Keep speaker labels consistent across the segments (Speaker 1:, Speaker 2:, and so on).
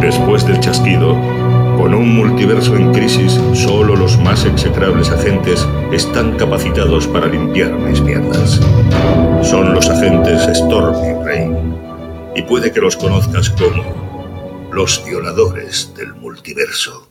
Speaker 1: Después del chasquido, con un multiverso en crisis, solo los más execrables agentes están capacitados para limpiar mis mierdas. Son los agentes Storm y Rain, y puede que los conozcas como los violadores del multiverso.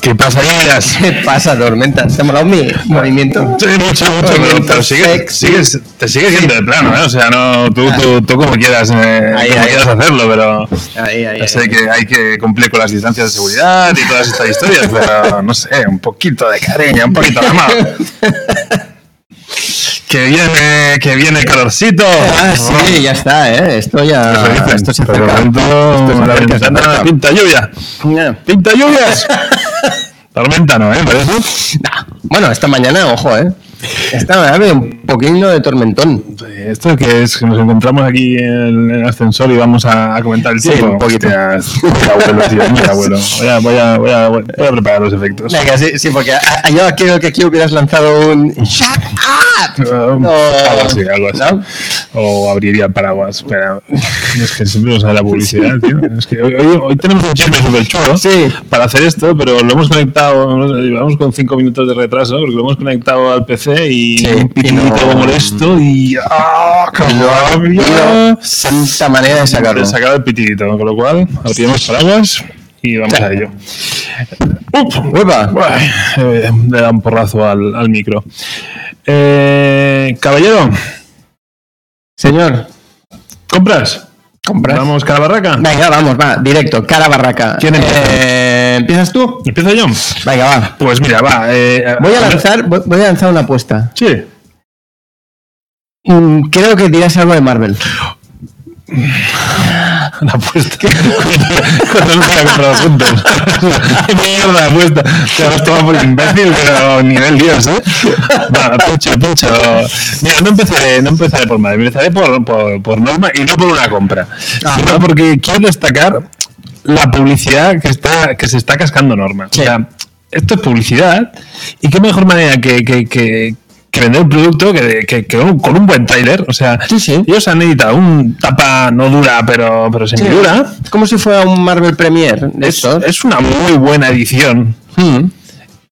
Speaker 2: ¿Qué pasa, niñas?
Speaker 3: ¿Qué pasa, Tormenta? ¿Te ha molado mi movimiento?
Speaker 2: Sí, mucho, mucho, pero te sigues, sigues- te sigues yendo de plano, ¿eh? O sea, no, tú, tú, tú como quieras, eh,
Speaker 3: Ah. Ahí,
Speaker 2: como
Speaker 3: ahí.
Speaker 2: quieras hacerlo, pero
Speaker 3: Ahí, ahí,
Speaker 2: ya sé
Speaker 3: ahí.
Speaker 2: que hay que cumplir con las distancias de seguridad y todas estas historias, pero no sé, un poquito de cariño, un poquito de amor. Que viene, que viene el calorcito. Oh,
Speaker 3: Ah, sí, ya está, ¿eh? Esto ya... Esto se
Speaker 2: Pero de
Speaker 3: acerca.
Speaker 2: momento,
Speaker 3: se
Speaker 2: la
Speaker 3: acerca, se
Speaker 2: ventana
Speaker 3: acerca.
Speaker 2: pinta lluvia.
Speaker 3: Ya.
Speaker 2: ¡Pinta lluvias! Tormenta no, ¿eh? ¿Parece?
Speaker 3: Nah. Bueno, esta mañana, ojo, ¿eh? Esta mañana había un poquillo de tormentón.
Speaker 2: Esto que es que nos encontramos aquí en el ascensor y vamos a, a comentar el
Speaker 3: Sí,
Speaker 2: tiempo.
Speaker 3: un poquito.
Speaker 2: Hostia, abuelo, tío, mira, abuelo. Voy a, voy, a, voy, a, voy a preparar los efectos.
Speaker 3: Venga, sí, sí, porque a- a- yo creo que aquí hubieras lanzado un... ¡Shut up!
Speaker 2: Um,
Speaker 3: No.
Speaker 2: Algo así, algo así.
Speaker 3: ¿No?
Speaker 2: O abriría el paraguas. Pero es que siempre nos da la publicidad, tío. Es que hoy, hoy- hoy tenemos un chisme súper chulo
Speaker 3: Sí.
Speaker 2: para hacer esto, pero lo hemos conectado. no sé, Llevamos con cinco minutos de retraso porque lo hemos conectado al PC y
Speaker 3: Sí,
Speaker 2: un
Speaker 3: y no-
Speaker 2: pitidito molesto y. ¡Ah, cabrón!
Speaker 3: Tío, Santa manera de sacarlo.
Speaker 2: de sacar el pitidito, con lo cual abrimos paraguas y vamos a ello. ¡Up!
Speaker 3: ¡Uepa!
Speaker 2: Buah, eh, le da un porrazo al, al micro. Eh, caballero,
Speaker 3: Señor,
Speaker 2: ¿compras?
Speaker 3: compras.
Speaker 2: ¿Vamos cada barraca?
Speaker 3: Venga, vamos, va, directo, cara barraca.
Speaker 2: ¿Quién empieza?
Speaker 3: Eh, ¿Empiezas tú?
Speaker 2: ¿Empiezo yo?
Speaker 3: Venga, va.
Speaker 2: Pues mira, va. eh,
Speaker 3: Voy a lanzar, voy voy a lanzar una apuesta.
Speaker 2: Sí.
Speaker 3: Mm, Creo que dirás algo de Marvel.
Speaker 2: La apuesta. Cuando nunca la comprado juntos. Qué Mierda, apuesta. Te has tomado por imbécil, pero nivel Dios, ¿eh? Va, pucho, pucho. Mira, no empezaré, no empezaré por madre, empezaré por, por, por norma y no por una compra.
Speaker 3: Ah.
Speaker 2: Sino porque quiero destacar la publicidad que, está, que se está cascando norma.
Speaker 3: Sí.
Speaker 2: O sea, esto es publicidad y qué mejor manera que, que, que- que vender un producto que, que- que un- con un buen trailer. O sea,
Speaker 3: Sí, sí.
Speaker 2: ellos han editado un tapa no dura, pero, pero
Speaker 3: Sí.
Speaker 2: semidura.
Speaker 3: Es como si fuera un Marvel Premier de
Speaker 2: Es,
Speaker 3: estos.
Speaker 2: es una muy buena edición.
Speaker 3: Mm.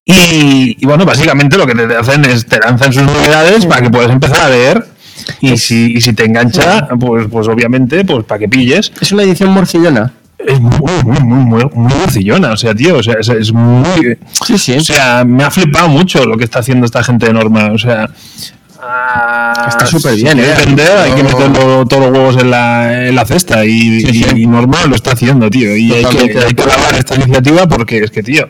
Speaker 2: Y, y bueno, básicamente lo que te hacen es te lanzan sus novedades para que puedas empezar a leer. Y si, y si te engancha, pues, pues obviamente, pues para que pilles.
Speaker 3: Es una edición morcillona.
Speaker 2: Es muy, muy, muy, muy, muy morcillona, o sea, tío, o sea, es, es muy...
Speaker 3: Sí, sí.
Speaker 2: O sea, me ha flipado mucho lo que está haciendo esta gente de Norma. O sea, ah,
Speaker 3: Está súper
Speaker 2: si
Speaker 3: bien,
Speaker 2: quieres
Speaker 3: ¿eh?
Speaker 2: vender, hay que
Speaker 3: No.
Speaker 2: meter lo- todos los huevos en la, en la cesta. Y,
Speaker 3: Sí, sí.
Speaker 2: y- y Norma lo está haciendo, tío. Y hay que,
Speaker 3: Totalmente.
Speaker 2: hay que alabar esta iniciativa porque es que, tío.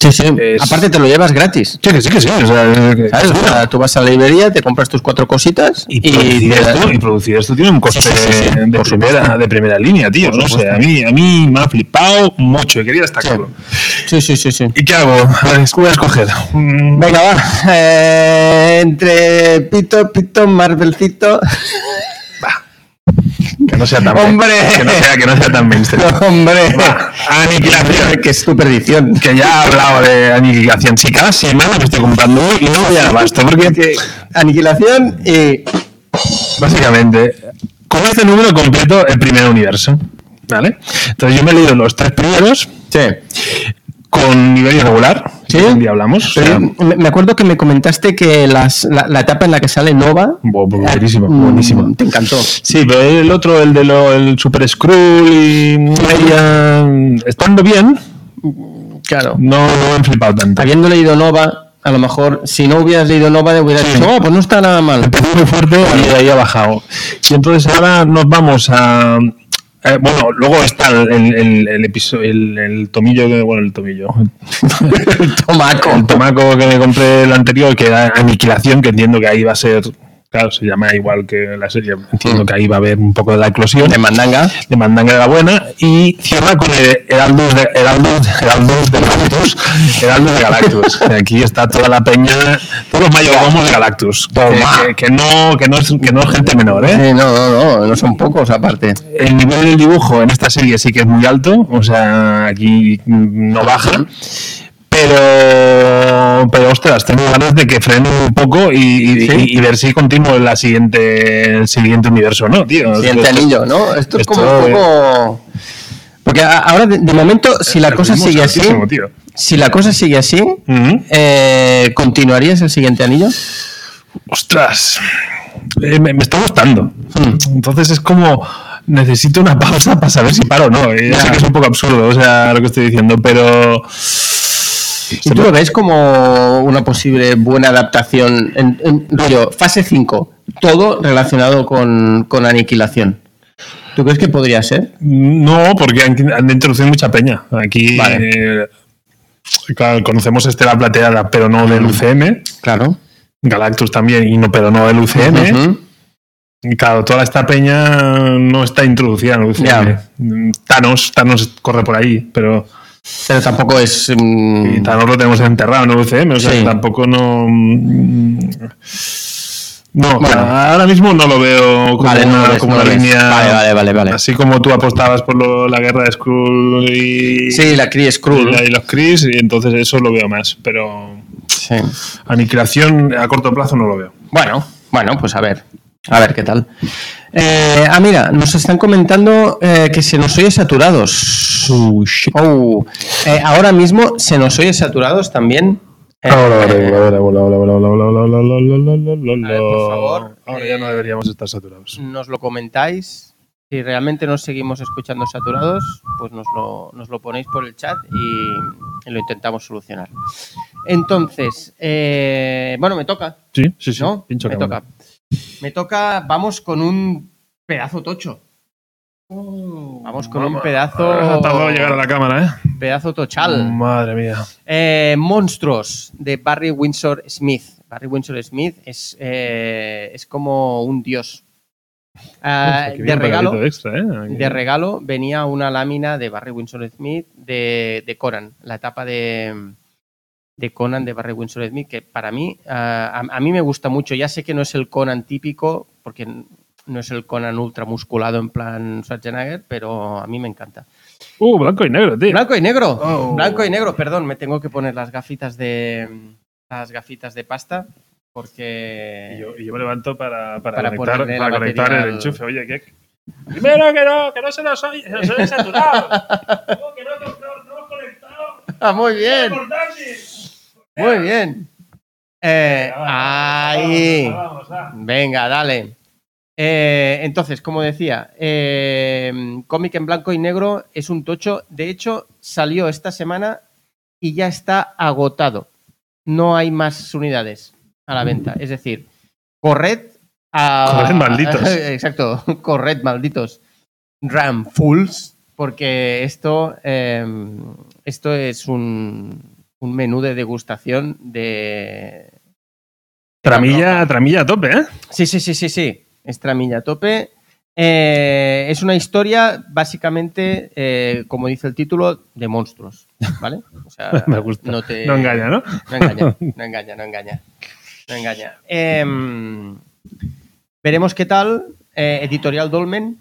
Speaker 3: Sí, sí.
Speaker 2: es-
Speaker 3: Aparte te lo llevas gratis.
Speaker 2: Sí, que sí, que sí. O sea, es que-
Speaker 3: ¿Sabes? O sea, tú vas a la librería, te compras tus cuatro cositas
Speaker 2: y, producir
Speaker 3: te-
Speaker 2: esto, y producir esto tiene un coste
Speaker 3: Sí, sí, sí, sí.
Speaker 2: De,
Speaker 3: Por supuesto.
Speaker 2: primera, de primera línea, tío.
Speaker 3: Por
Speaker 2: No sé,
Speaker 3: supuesto.
Speaker 2: a mí, a mí me ha flipado mucho y quería destacarlo.
Speaker 3: Sí, sí, sí, sí.
Speaker 2: ¿Y qué hago? A ver, ¿Qué voy a escoger? Mm,
Speaker 3: Venga, va. Eh, entre Pito, Pito, Marvelcito.
Speaker 2: Que no sea tan
Speaker 3: ¡Hombre!
Speaker 2: Que no sea, que no sea tan mainstream.
Speaker 3: Hombre.
Speaker 2: Va, aniquilación.
Speaker 3: que es tu perdición.
Speaker 2: Que ya he hablado de aniquilación. Si cada semana me estoy comprando uno y no voy al abasto. Porque,
Speaker 3: Aniquilación y.
Speaker 2: básicamente, con este número completo el primer universo. ¿Vale? Entonces yo me he leído los tres primeros
Speaker 3: Sí.
Speaker 2: con nivel irregular.
Speaker 3: Sí.
Speaker 2: Un día hablamos. o sea,
Speaker 3: me me acuerdo que me comentaste que las- la, la etapa en la que sale Nova.
Speaker 2: bu- bu- buenísimo,
Speaker 3: mm,
Speaker 2: buenísimo.
Speaker 3: Te encantó.
Speaker 2: Sí, pero el otro, el de lo, el Super Scroll y media, estando bien,
Speaker 3: Claro.
Speaker 2: no, no me han flipado tanto.
Speaker 3: Habiendo leído Nova, a lo mejor si no hubieras leído Nova, hubieras dicho, oh, pues no está nada mal.
Speaker 2: empezó muy fuerte y de ahí ha bajado. Y entonces ahora nos vamos a. eh, bueno, luego está el, el, el, el episodio, el, el tomillo, que, bueno, el tomillo,
Speaker 3: Tomaco.
Speaker 2: el tomaco que me compré el anterior, que era aniquilación, que entiendo que ahí va a ser claro, se llama igual que la serie. Entiendo que ahí va a haber un poco de la eclosión
Speaker 3: De mandanga.
Speaker 2: de Mandanga de la Buena y cierra con el Heraldos de, Heraldos, Heraldos de Galactus. Heraldos de Galactus. Aquí está toda la peña, todos los mayordomos de Galactus. Que, que- que no, que, no es, que no es gente menor, ¿eh?
Speaker 3: Sí, no, no, no, no son pocos aparte.
Speaker 2: El nivel del dibujo en esta serie sí que es muy alto, o sea, aquí mm, no baja. Pero, pero ostras, tengo ganas de que frene un poco y, y-
Speaker 3: Sí.
Speaker 2: y- y ver si continúo en la siguiente, el siguiente universo, ¿no, tío?
Speaker 3: Siguiente
Speaker 2: Esto-
Speaker 3: anillo, ¿no? Esto es como
Speaker 2: esto,
Speaker 3: un poco. Porque a- ahora, de, de momento, si la
Speaker 2: el
Speaker 3: cosa
Speaker 2: ritmo es
Speaker 3: sigue así.
Speaker 2: altísimo, tío.
Speaker 3: Si la cosa sigue así,
Speaker 2: Ujú.
Speaker 3: eh, ¿continuarías el siguiente anillo?
Speaker 2: ostras, eh, me, me está gustando.
Speaker 3: Hmm.
Speaker 2: Entonces es como necesito una pausa para saber si paro o no. Eh, Ya sé que es un poco absurdo, o sea, lo que estoy diciendo, pero
Speaker 3: ¿Y tú lo ves como una posible buena adaptación en, en rollo, fase 5, todo relacionado con, con aniquilación? ¿Tú crees que podría ser?
Speaker 2: no, porque han, han introducido mucha peña. Aquí,
Speaker 3: Vale.
Speaker 2: eh, claro, conocemos Estela Plateada, pero no del UCM.
Speaker 3: Claro. ¿Eh?
Speaker 2: Galactus también, y no, pero no del UCM. Y Claro, toda esta peña no está introducida en el UCM.
Speaker 3: Ya.
Speaker 2: Mm, Thanos, Thanos corre por ahí, pero
Speaker 3: Pero tampoco es.
Speaker 2: Y
Speaker 3: mm,
Speaker 2: Thanos lo tenemos enterrado en el UCM, o sea,
Speaker 3: Sí.
Speaker 2: que tampoco no. mm, No,
Speaker 3: Bueno.
Speaker 2: ahora mismo no lo veo como
Speaker 3: Vale, no
Speaker 2: una,
Speaker 3: lo ves,
Speaker 2: como
Speaker 3: no
Speaker 2: una
Speaker 3: lo ves.
Speaker 2: línea.
Speaker 3: Vale, vale, vale, vale.
Speaker 2: Así como tú apostabas por lo- la guerra de Skrull y,
Speaker 3: Sí, la Cree
Speaker 2: y
Speaker 3: Skrull.
Speaker 2: la- y los Chris, y entonces eso lo veo más. Pero
Speaker 3: Sí.
Speaker 2: aniquilación a corto plazo no lo veo.
Speaker 3: Bueno, bueno, pues a ver. A ver qué tal. Eh, ah, mira, nos están comentando eh, que se nos oye saturados. Oh. Eh, ahora mismo se nos oye saturados también. Eh, por favor, Mm.
Speaker 2: Ahora ya no deberíamos estar saturados.
Speaker 3: nos lo comentáis. Si realmente nos seguimos escuchando saturados, pues nos lo, nos lo ponéis por el chat y, y lo intentamos solucionar. Entonces, eh, bueno, me toca,
Speaker 2: Sí, sí, sí.
Speaker 3: ¿no?
Speaker 2: Pincho
Speaker 3: me
Speaker 2: cámara.
Speaker 3: toca. Me toca, vamos con un pedazo tocho.
Speaker 2: Oh,
Speaker 3: Vamos con un
Speaker 2: Ah, Ha
Speaker 3: pedazo,
Speaker 2: tardado en llegar a la cámara, ¿eh?
Speaker 3: pedazo tochal.
Speaker 2: Madre mía.
Speaker 3: Eh, Monstruos de Barry Windsor Smith. Barry Windsor Smith es, eh, es como un dios. Ah,
Speaker 2: Aquí
Speaker 3: de
Speaker 2: viene un
Speaker 3: regalo,
Speaker 2: regalito extra, ¿eh? Aquí.
Speaker 3: de regalo venía una lámina de Barry Windsor Smith de, de Conan, la etapa de, de Conan de Barry Windsor Smith, que para mí, ah, a, a mí me gusta mucho. Ya sé que no es el Conan típico, porque n- no es el Conan ultramusculado en plan Schwarzenegger, pero a mí me encanta.
Speaker 2: Uh, blanco y negro, tío.
Speaker 3: Blanco y negro,
Speaker 2: Oh.
Speaker 3: blanco y negro, perdón, me tengo que poner las gafitas de mm, las gafitas de pasta porque
Speaker 2: Y yo, y yo me levanto para, Eh, para,
Speaker 3: Para
Speaker 2: conectar,
Speaker 3: ponerle
Speaker 2: para
Speaker 3: la
Speaker 2: conectar
Speaker 3: batería
Speaker 2: el
Speaker 3: al-
Speaker 2: enchufe. Oye, que. Primero que no, que no se nos oye, se nos oye saturado. Luego que no, que no, no hemos conectado.
Speaker 3: Ah, muy bien.
Speaker 2: Importante.
Speaker 3: Muy bien. Eh, ahí.
Speaker 2: Vamos, ah.
Speaker 3: Venga, dale. Eh, entonces, como decía, eh, cómic en blanco y negro es un tocho. De hecho, salió esta semana y ya está agotado. No hay más unidades a la venta. Es decir, corred a.
Speaker 2: Corred, malditos.
Speaker 3: Exacto, corred, malditos. Ram fools, porque esto, eh, esto es un, un menú de degustación de.
Speaker 2: Tramilla, tramilla a tope, ¿eh?
Speaker 3: Sí, sí, sí, sí, sí. Estramilla a tope. Eh, es una historia, básicamente, eh, como dice el título, de monstruos. ¿Vale? O sea,
Speaker 2: Me gusta.
Speaker 3: No, te-
Speaker 2: No engaña, ¿no?
Speaker 3: No engaña, no engaña, no engaña. No engaña. Em, veremos qué tal. Eh, editorial Dolmen.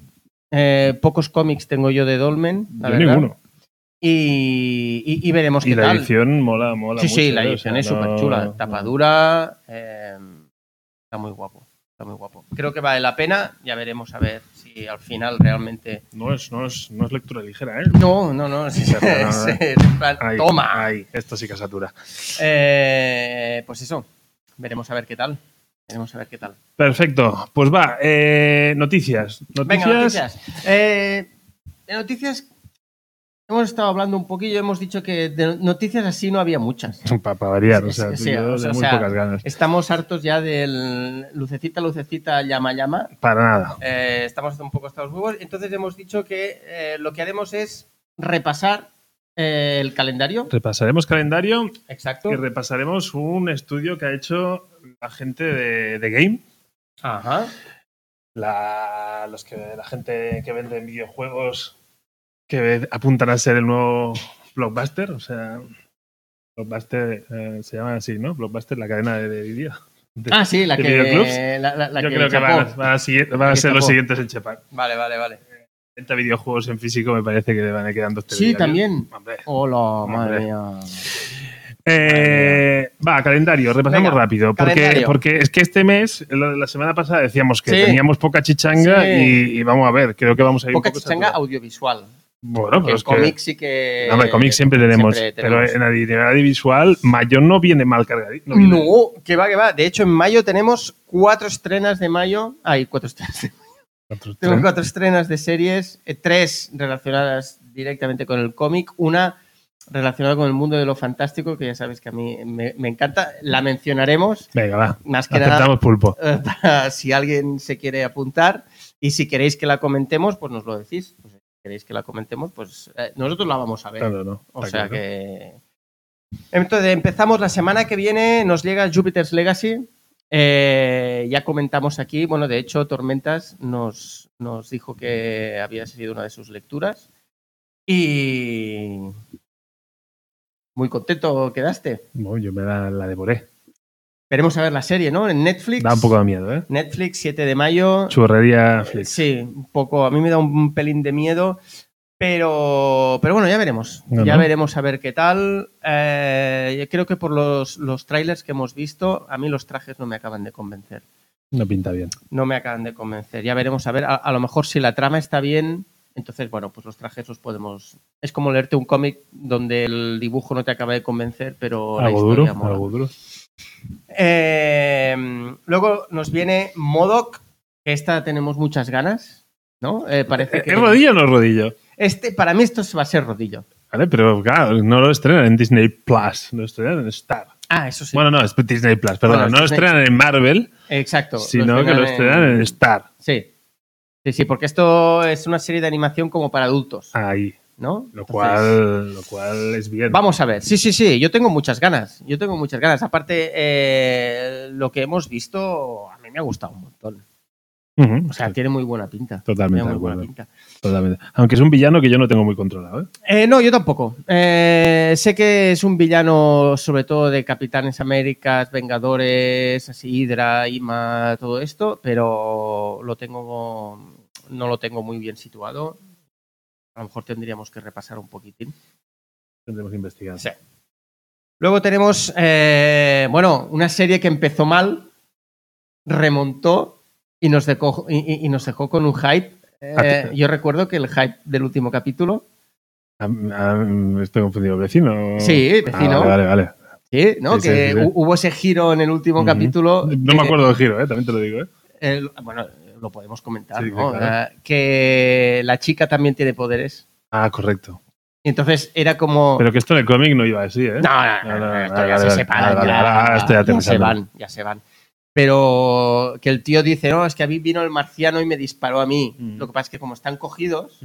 Speaker 3: Eh, pocos cómics tengo yo de Dolmen. la
Speaker 2: Yo
Speaker 3: verdad.
Speaker 2: ninguno.
Speaker 3: Y, y- y veremos
Speaker 2: Y
Speaker 3: qué
Speaker 2: la
Speaker 3: tal.
Speaker 2: edición mola, mola.
Speaker 3: Sí,
Speaker 2: mucho,
Speaker 3: sí, la
Speaker 2: ¿eh? O
Speaker 3: edición
Speaker 2: sea,
Speaker 3: es
Speaker 2: no-
Speaker 3: súper chula. Tapadura. eh, está muy guapo. Está muy guapo. Creo que vale la pena. Ya veremos a ver si al final realmente.
Speaker 2: No es, no, es, no es lectura ligera, ¿eh?
Speaker 3: No, no, no. sí, sí,
Speaker 2: Pero no,
Speaker 3: sí,
Speaker 2: eh.
Speaker 3: en plan,
Speaker 2: Ahí, Ah.
Speaker 3: toma.
Speaker 2: Ahí, esto sí que satura.
Speaker 3: Eh, pues eso. Veremos a ver qué tal. Veremos a ver qué tal.
Speaker 2: Perfecto. Pues va, eh, noticias. Noticias.
Speaker 3: Venga, noticias. Eh, de noticias. Hemos estado hablando un poquillo, hemos dicho que de noticias así no había muchas.
Speaker 2: Para, variar, o
Speaker 3: Sí,
Speaker 2: sea,
Speaker 3: sí,
Speaker 2: tú
Speaker 3: sí,
Speaker 2: y yo
Speaker 3: o
Speaker 2: de
Speaker 3: sea, o
Speaker 2: muy
Speaker 3: sea,
Speaker 2: pocas ganas.
Speaker 3: Estamos hartos ya del lucecita, lucecita, llama, llama.
Speaker 2: Para nada.
Speaker 3: Eh, estamos un poco estados huevos. Entonces hemos dicho que eh, lo que haremos es repasar eh, el calendario.
Speaker 2: Repasaremos calendario
Speaker 3: Exacto.
Speaker 2: y repasaremos un estudio que ha hecho la gente de, de Game
Speaker 3: Ajá.
Speaker 2: La, los que, la gente que vende videojuegos que apuntan a ser el nuevo blockbuster, o sea, blockbuster eh, se llama así, ¿no? Blockbuster, la cadena de, de video. de-
Speaker 3: Ah, sí, la
Speaker 2: de
Speaker 3: que.
Speaker 2: videoclubs.
Speaker 3: La, la- la
Speaker 2: Yo
Speaker 3: que
Speaker 2: creo que
Speaker 3: chapó.
Speaker 2: van a, van a sigui- van a
Speaker 3: que
Speaker 2: ser los
Speaker 3: chapó.
Speaker 2: siguientes en Chepar.
Speaker 3: Vale, vale, vale.
Speaker 2: Venta videojuegos en físico me parece que le van a quedar dos
Speaker 3: Sí,
Speaker 2: telediarios.
Speaker 3: también.
Speaker 2: Hombre.
Speaker 3: Hola, madre
Speaker 2: Hombre.
Speaker 3: mía.
Speaker 2: Eh, va, calendario, repasamos
Speaker 3: Venga,
Speaker 2: rápido. Porque,
Speaker 3: calendario.
Speaker 2: porque es que este mes, la, la semana pasada decíamos que
Speaker 3: Sí.
Speaker 2: teníamos poca chichanga
Speaker 3: Sí.
Speaker 2: y, y vamos a ver, creo que vamos a ir. un
Speaker 3: Poca
Speaker 2: poco
Speaker 3: chichanga
Speaker 2: saturados.
Speaker 3: audiovisual.
Speaker 2: Bueno,
Speaker 3: Porque
Speaker 2: pero
Speaker 3: en
Speaker 2: es que.
Speaker 3: cómics eh, sí que.
Speaker 2: Hombre, cómics siempre tenemos, pero en la dinámica visual, mayo no viene mal cargadito. No, viene-
Speaker 3: No, que va, que va. De hecho, en mayo tenemos cuatro estrenas de mayo. Hay cuatro estrenas. de-
Speaker 2: Otro
Speaker 3: Tenemos
Speaker 2: tren.
Speaker 3: cuatro estrenas de series, eh, tres relacionadas directamente con el cómic, una relacionada con el mundo de lo fantástico, que ya sabes que a mí me, me encanta. La mencionaremos,
Speaker 2: Venga, va.
Speaker 3: más que nada,
Speaker 2: Aceptamos pulpo.
Speaker 3: eh, para si alguien se quiere apuntar. Y si queréis que la comentemos, pues nos lo decís. Pues, si queréis que la comentemos, pues eh, nosotros la vamos a ver.
Speaker 2: Claro, no.
Speaker 3: O
Speaker 2: Está
Speaker 3: sea
Speaker 2: claro.
Speaker 3: que. Entonces, empezamos la semana que viene. Nos llega Jupiter's Legacy. Eh, ya comentamos aquí. Bueno, de hecho, Tormentas nos, nos dijo que había sido una de sus lecturas. Y. Muy contento quedaste.
Speaker 2: Bueno, yo me la, la devoré.
Speaker 3: Veremos a ver la serie, ¿no? En Netflix.
Speaker 2: Da un poco de miedo, ¿eh?
Speaker 3: Netflix, 7 de mayo.
Speaker 2: Churrería Flix.
Speaker 3: Sí, un poco. A mí me da un pelín de miedo. Pero, pero bueno, ya veremos.
Speaker 2: No,
Speaker 3: ya
Speaker 2: no.
Speaker 3: veremos a ver qué tal. Eh, yo creo que por los, los trailers que hemos visto, a mí los trajes no me acaban de convencer.
Speaker 2: No pinta bien.
Speaker 3: No me acaban de convencer. Ya veremos a ver. A, a lo mejor si la trama está bien, entonces, bueno, pues los trajes los podemos. Es como leerte un cómic donde el dibujo no te acaba de convencer, pero. la
Speaker 2: Algo duro,
Speaker 3: historia mola.
Speaker 2: algo duro.
Speaker 3: Eh, luego nos viene Modoc, que esta tenemos muchas ganas, ¿no? Eh, parece que
Speaker 2: ¿Es rodillo o no es rodillo?
Speaker 3: Este, para mí esto va a ser rodillo.
Speaker 2: Vale, pero claro, no lo estrenan en Disney Plus, lo estrenan en Star.
Speaker 3: Ah, eso sí.
Speaker 2: Bueno, no, es Disney Plus, perdón.
Speaker 3: Bueno, es
Speaker 2: no lo
Speaker 3: Disney.
Speaker 2: estrenan en Marvel,
Speaker 3: Exacto.
Speaker 2: sino que lo estrenan en este. Star.
Speaker 3: Sí. Sí, sí, porque esto es una serie de animación como para adultos,
Speaker 2: Ahí. Ah, Lo
Speaker 3: ¿no? Entonces,
Speaker 2: cual, lo cual es bien.
Speaker 3: Vamos a ver. Sí, sí, sí. Yo tengo muchas ganas. Yo tengo muchas ganas. Aparte, eh, lo que hemos visto a mí me ha gustado un montón.
Speaker 2: Ujú,
Speaker 3: O sea, tiene muy buena pinta. Tiene
Speaker 2: totalmente de
Speaker 3: muy buena
Speaker 2: acuerdo.
Speaker 3: pinta.
Speaker 2: Totalmente. Aunque es un villano que yo no tengo muy controlado. ¿eh?
Speaker 3: Eh, no, yo tampoco. Eh, sé que es un villano, sobre todo de Capitanes Américas, Vengadores, así, Hydra, Ima, todo esto, pero lo tengo, no lo tengo muy bien situado. A lo mejor tendríamos que repasar un poquitín.
Speaker 2: Tendremos que investigar.
Speaker 3: Sí. Luego tenemos, eh, bueno, una serie que empezó mal, remontó y nos dejó, y, y- y nos dejó con un hype. Eh, yo recuerdo que el hype del último capítulo,
Speaker 2: Ah, ah, estoy confundido. ¿Vecino?
Speaker 3: sí,
Speaker 2: Ah,
Speaker 3: vecino.
Speaker 2: vale, vale, vale.
Speaker 3: Sí, ¿no?
Speaker 2: Sí,
Speaker 3: que
Speaker 2: sí, sí, sí.
Speaker 3: hu- hubo ese giro en el último
Speaker 2: Ujú.
Speaker 3: capítulo.
Speaker 2: No
Speaker 3: que-
Speaker 2: me acuerdo del giro, ¿eh? también te lo digo. ¿eh?
Speaker 3: el- bueno, lo podemos comentar,
Speaker 2: Sí,
Speaker 3: ¿no?
Speaker 2: claro.
Speaker 3: Eh, que la chica también tiene poderes.
Speaker 2: Ah, correcto.
Speaker 3: Y entonces era como.
Speaker 2: Pero que esto en el cómic no iba así, ¿eh?
Speaker 3: Oh. no, no,
Speaker 2: No, no,
Speaker 3: no, no,
Speaker 2: no,
Speaker 3: esto
Speaker 2: vale,
Speaker 3: ya
Speaker 2: vale,
Speaker 3: se
Speaker 2: vale.
Speaker 3: separan.
Speaker 2: Vale,
Speaker 3: ya,
Speaker 2: vale, ahora estoy
Speaker 3: ya se
Speaker 2: aterrizando.
Speaker 3: van, ya se van. Pero que el tío dice, no, es que a mí vino el marciano y me disparó a mí.
Speaker 2: Mm.
Speaker 3: Lo que pasa es que como están cogidos,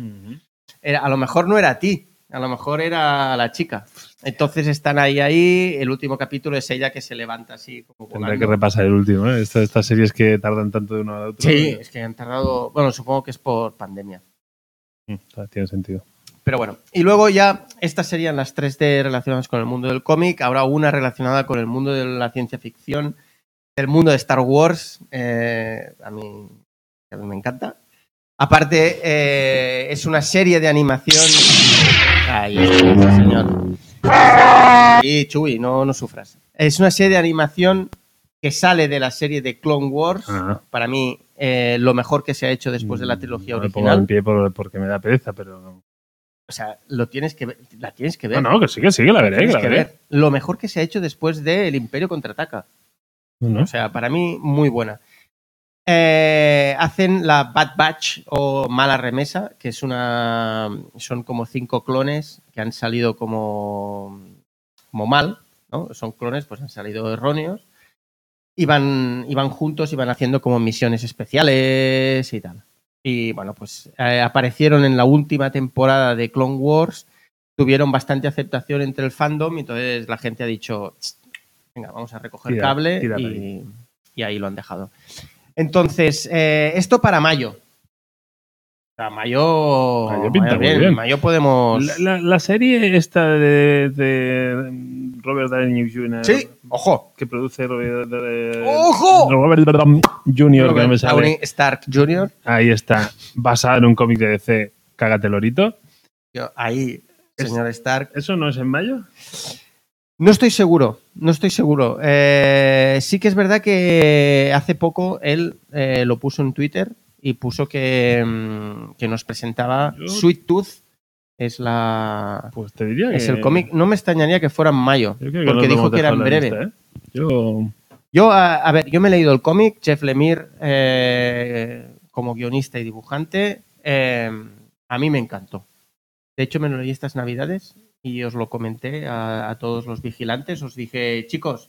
Speaker 3: era- a lo mejor no era a ti, a lo mejor era a la chica. Entonces están ahí, ahí. El último capítulo es ella que se levanta así como
Speaker 2: Tendré
Speaker 3: volando.
Speaker 2: que repasar el último. ¿eh? Estas, estas series que tardan tanto de uno a otro.
Speaker 3: Sí, es que han tardado. Bueno, supongo que es por pandemia.
Speaker 2: Mm, ah, Tiene sentido.
Speaker 3: Pero bueno. Y luego ya, estas serían las 3D relacionadas con el mundo del cómic. Habrá una relacionada con el mundo de la ciencia ficción, del mundo de Star Wars. eh, a, mí, a mí me encanta. Aparte, eh, es una serie de animación. Ahí está, señor. Y Chuy, no, no sufras. Es una serie de animación que sale de la serie de Clone Wars.
Speaker 2: Ah.
Speaker 3: para mí eh, lo mejor que se ha hecho después de la trilogía
Speaker 2: Mm, no me pongo en
Speaker 3: original.
Speaker 2: pie por- porque me da pereza, pero.
Speaker 3: O sea, lo tienes que ver- la tienes que ver.
Speaker 2: No, no, que sí, que sí, que la veré, que
Speaker 3: tienes
Speaker 2: la
Speaker 3: que
Speaker 2: veré.
Speaker 3: ver. Lo mejor que se ha hecho después de El Imperio contraataca.
Speaker 2: No, no.
Speaker 3: O sea, para mí, muy buena. Eh, hacen la Bad Batch o Mala Remesa, que es una. Son como cinco clones que han salido como. como mal, ¿no? Son clones, pues han salido erróneos. Y van, y van juntos y van haciendo como misiones especiales y tal. Y bueno, pues eh, aparecieron en la última temporada de Clone Wars, tuvieron bastante aceptación entre el fandom y entonces la gente ha dicho, "Tss, venga, vamos a recoger
Speaker 2: Tira-
Speaker 3: cable
Speaker 2: tírala
Speaker 3: y,
Speaker 2: ahí.
Speaker 3: y ahí lo han dejado. Entonces, eh, esto para mayo. Para mayo.
Speaker 2: Mayo pinta muy bien.
Speaker 3: Mayo podemos.
Speaker 2: La, la- la serie esta de, de Robert Downey Jr.
Speaker 3: Sí, ojo.
Speaker 2: que produce Robert, de-
Speaker 3: ¡Ojo!
Speaker 2: Robert Downey Jr. que no me
Speaker 3: Robert
Speaker 2: sale.
Speaker 3: Downey Stark Jr.
Speaker 2: Ahí está, basada en un cómic de DC, Cágate Lorito.
Speaker 3: Yo, ahí,
Speaker 2: Es-
Speaker 3: señor Stark.
Speaker 2: ¿Eso no es en mayo?
Speaker 3: No estoy seguro, no estoy seguro. Eh, sí que es verdad que hace poco él eh, lo puso en Twitter y puso que, mm, que nos presentaba
Speaker 2: Yo-
Speaker 3: Sweet Tooth. Es la.
Speaker 2: Pues te diría que.
Speaker 3: Es el cómic. No me extrañaría que fuera en mayo.
Speaker 2: Yo creo que lo
Speaker 3: Porque dijo
Speaker 2: hemos
Speaker 3: que era
Speaker 2: dejado
Speaker 3: en
Speaker 2: la
Speaker 3: breve.
Speaker 2: lista, ¿eh? Yo.
Speaker 3: Yo, a, a ver, yo me he leído el cómic, Jeff Lemire eh, como guionista y dibujante, eh, a mí me encantó. De hecho, me lo leí estas navidades y os lo comenté a, a todos los vigilantes, os dije, chicos,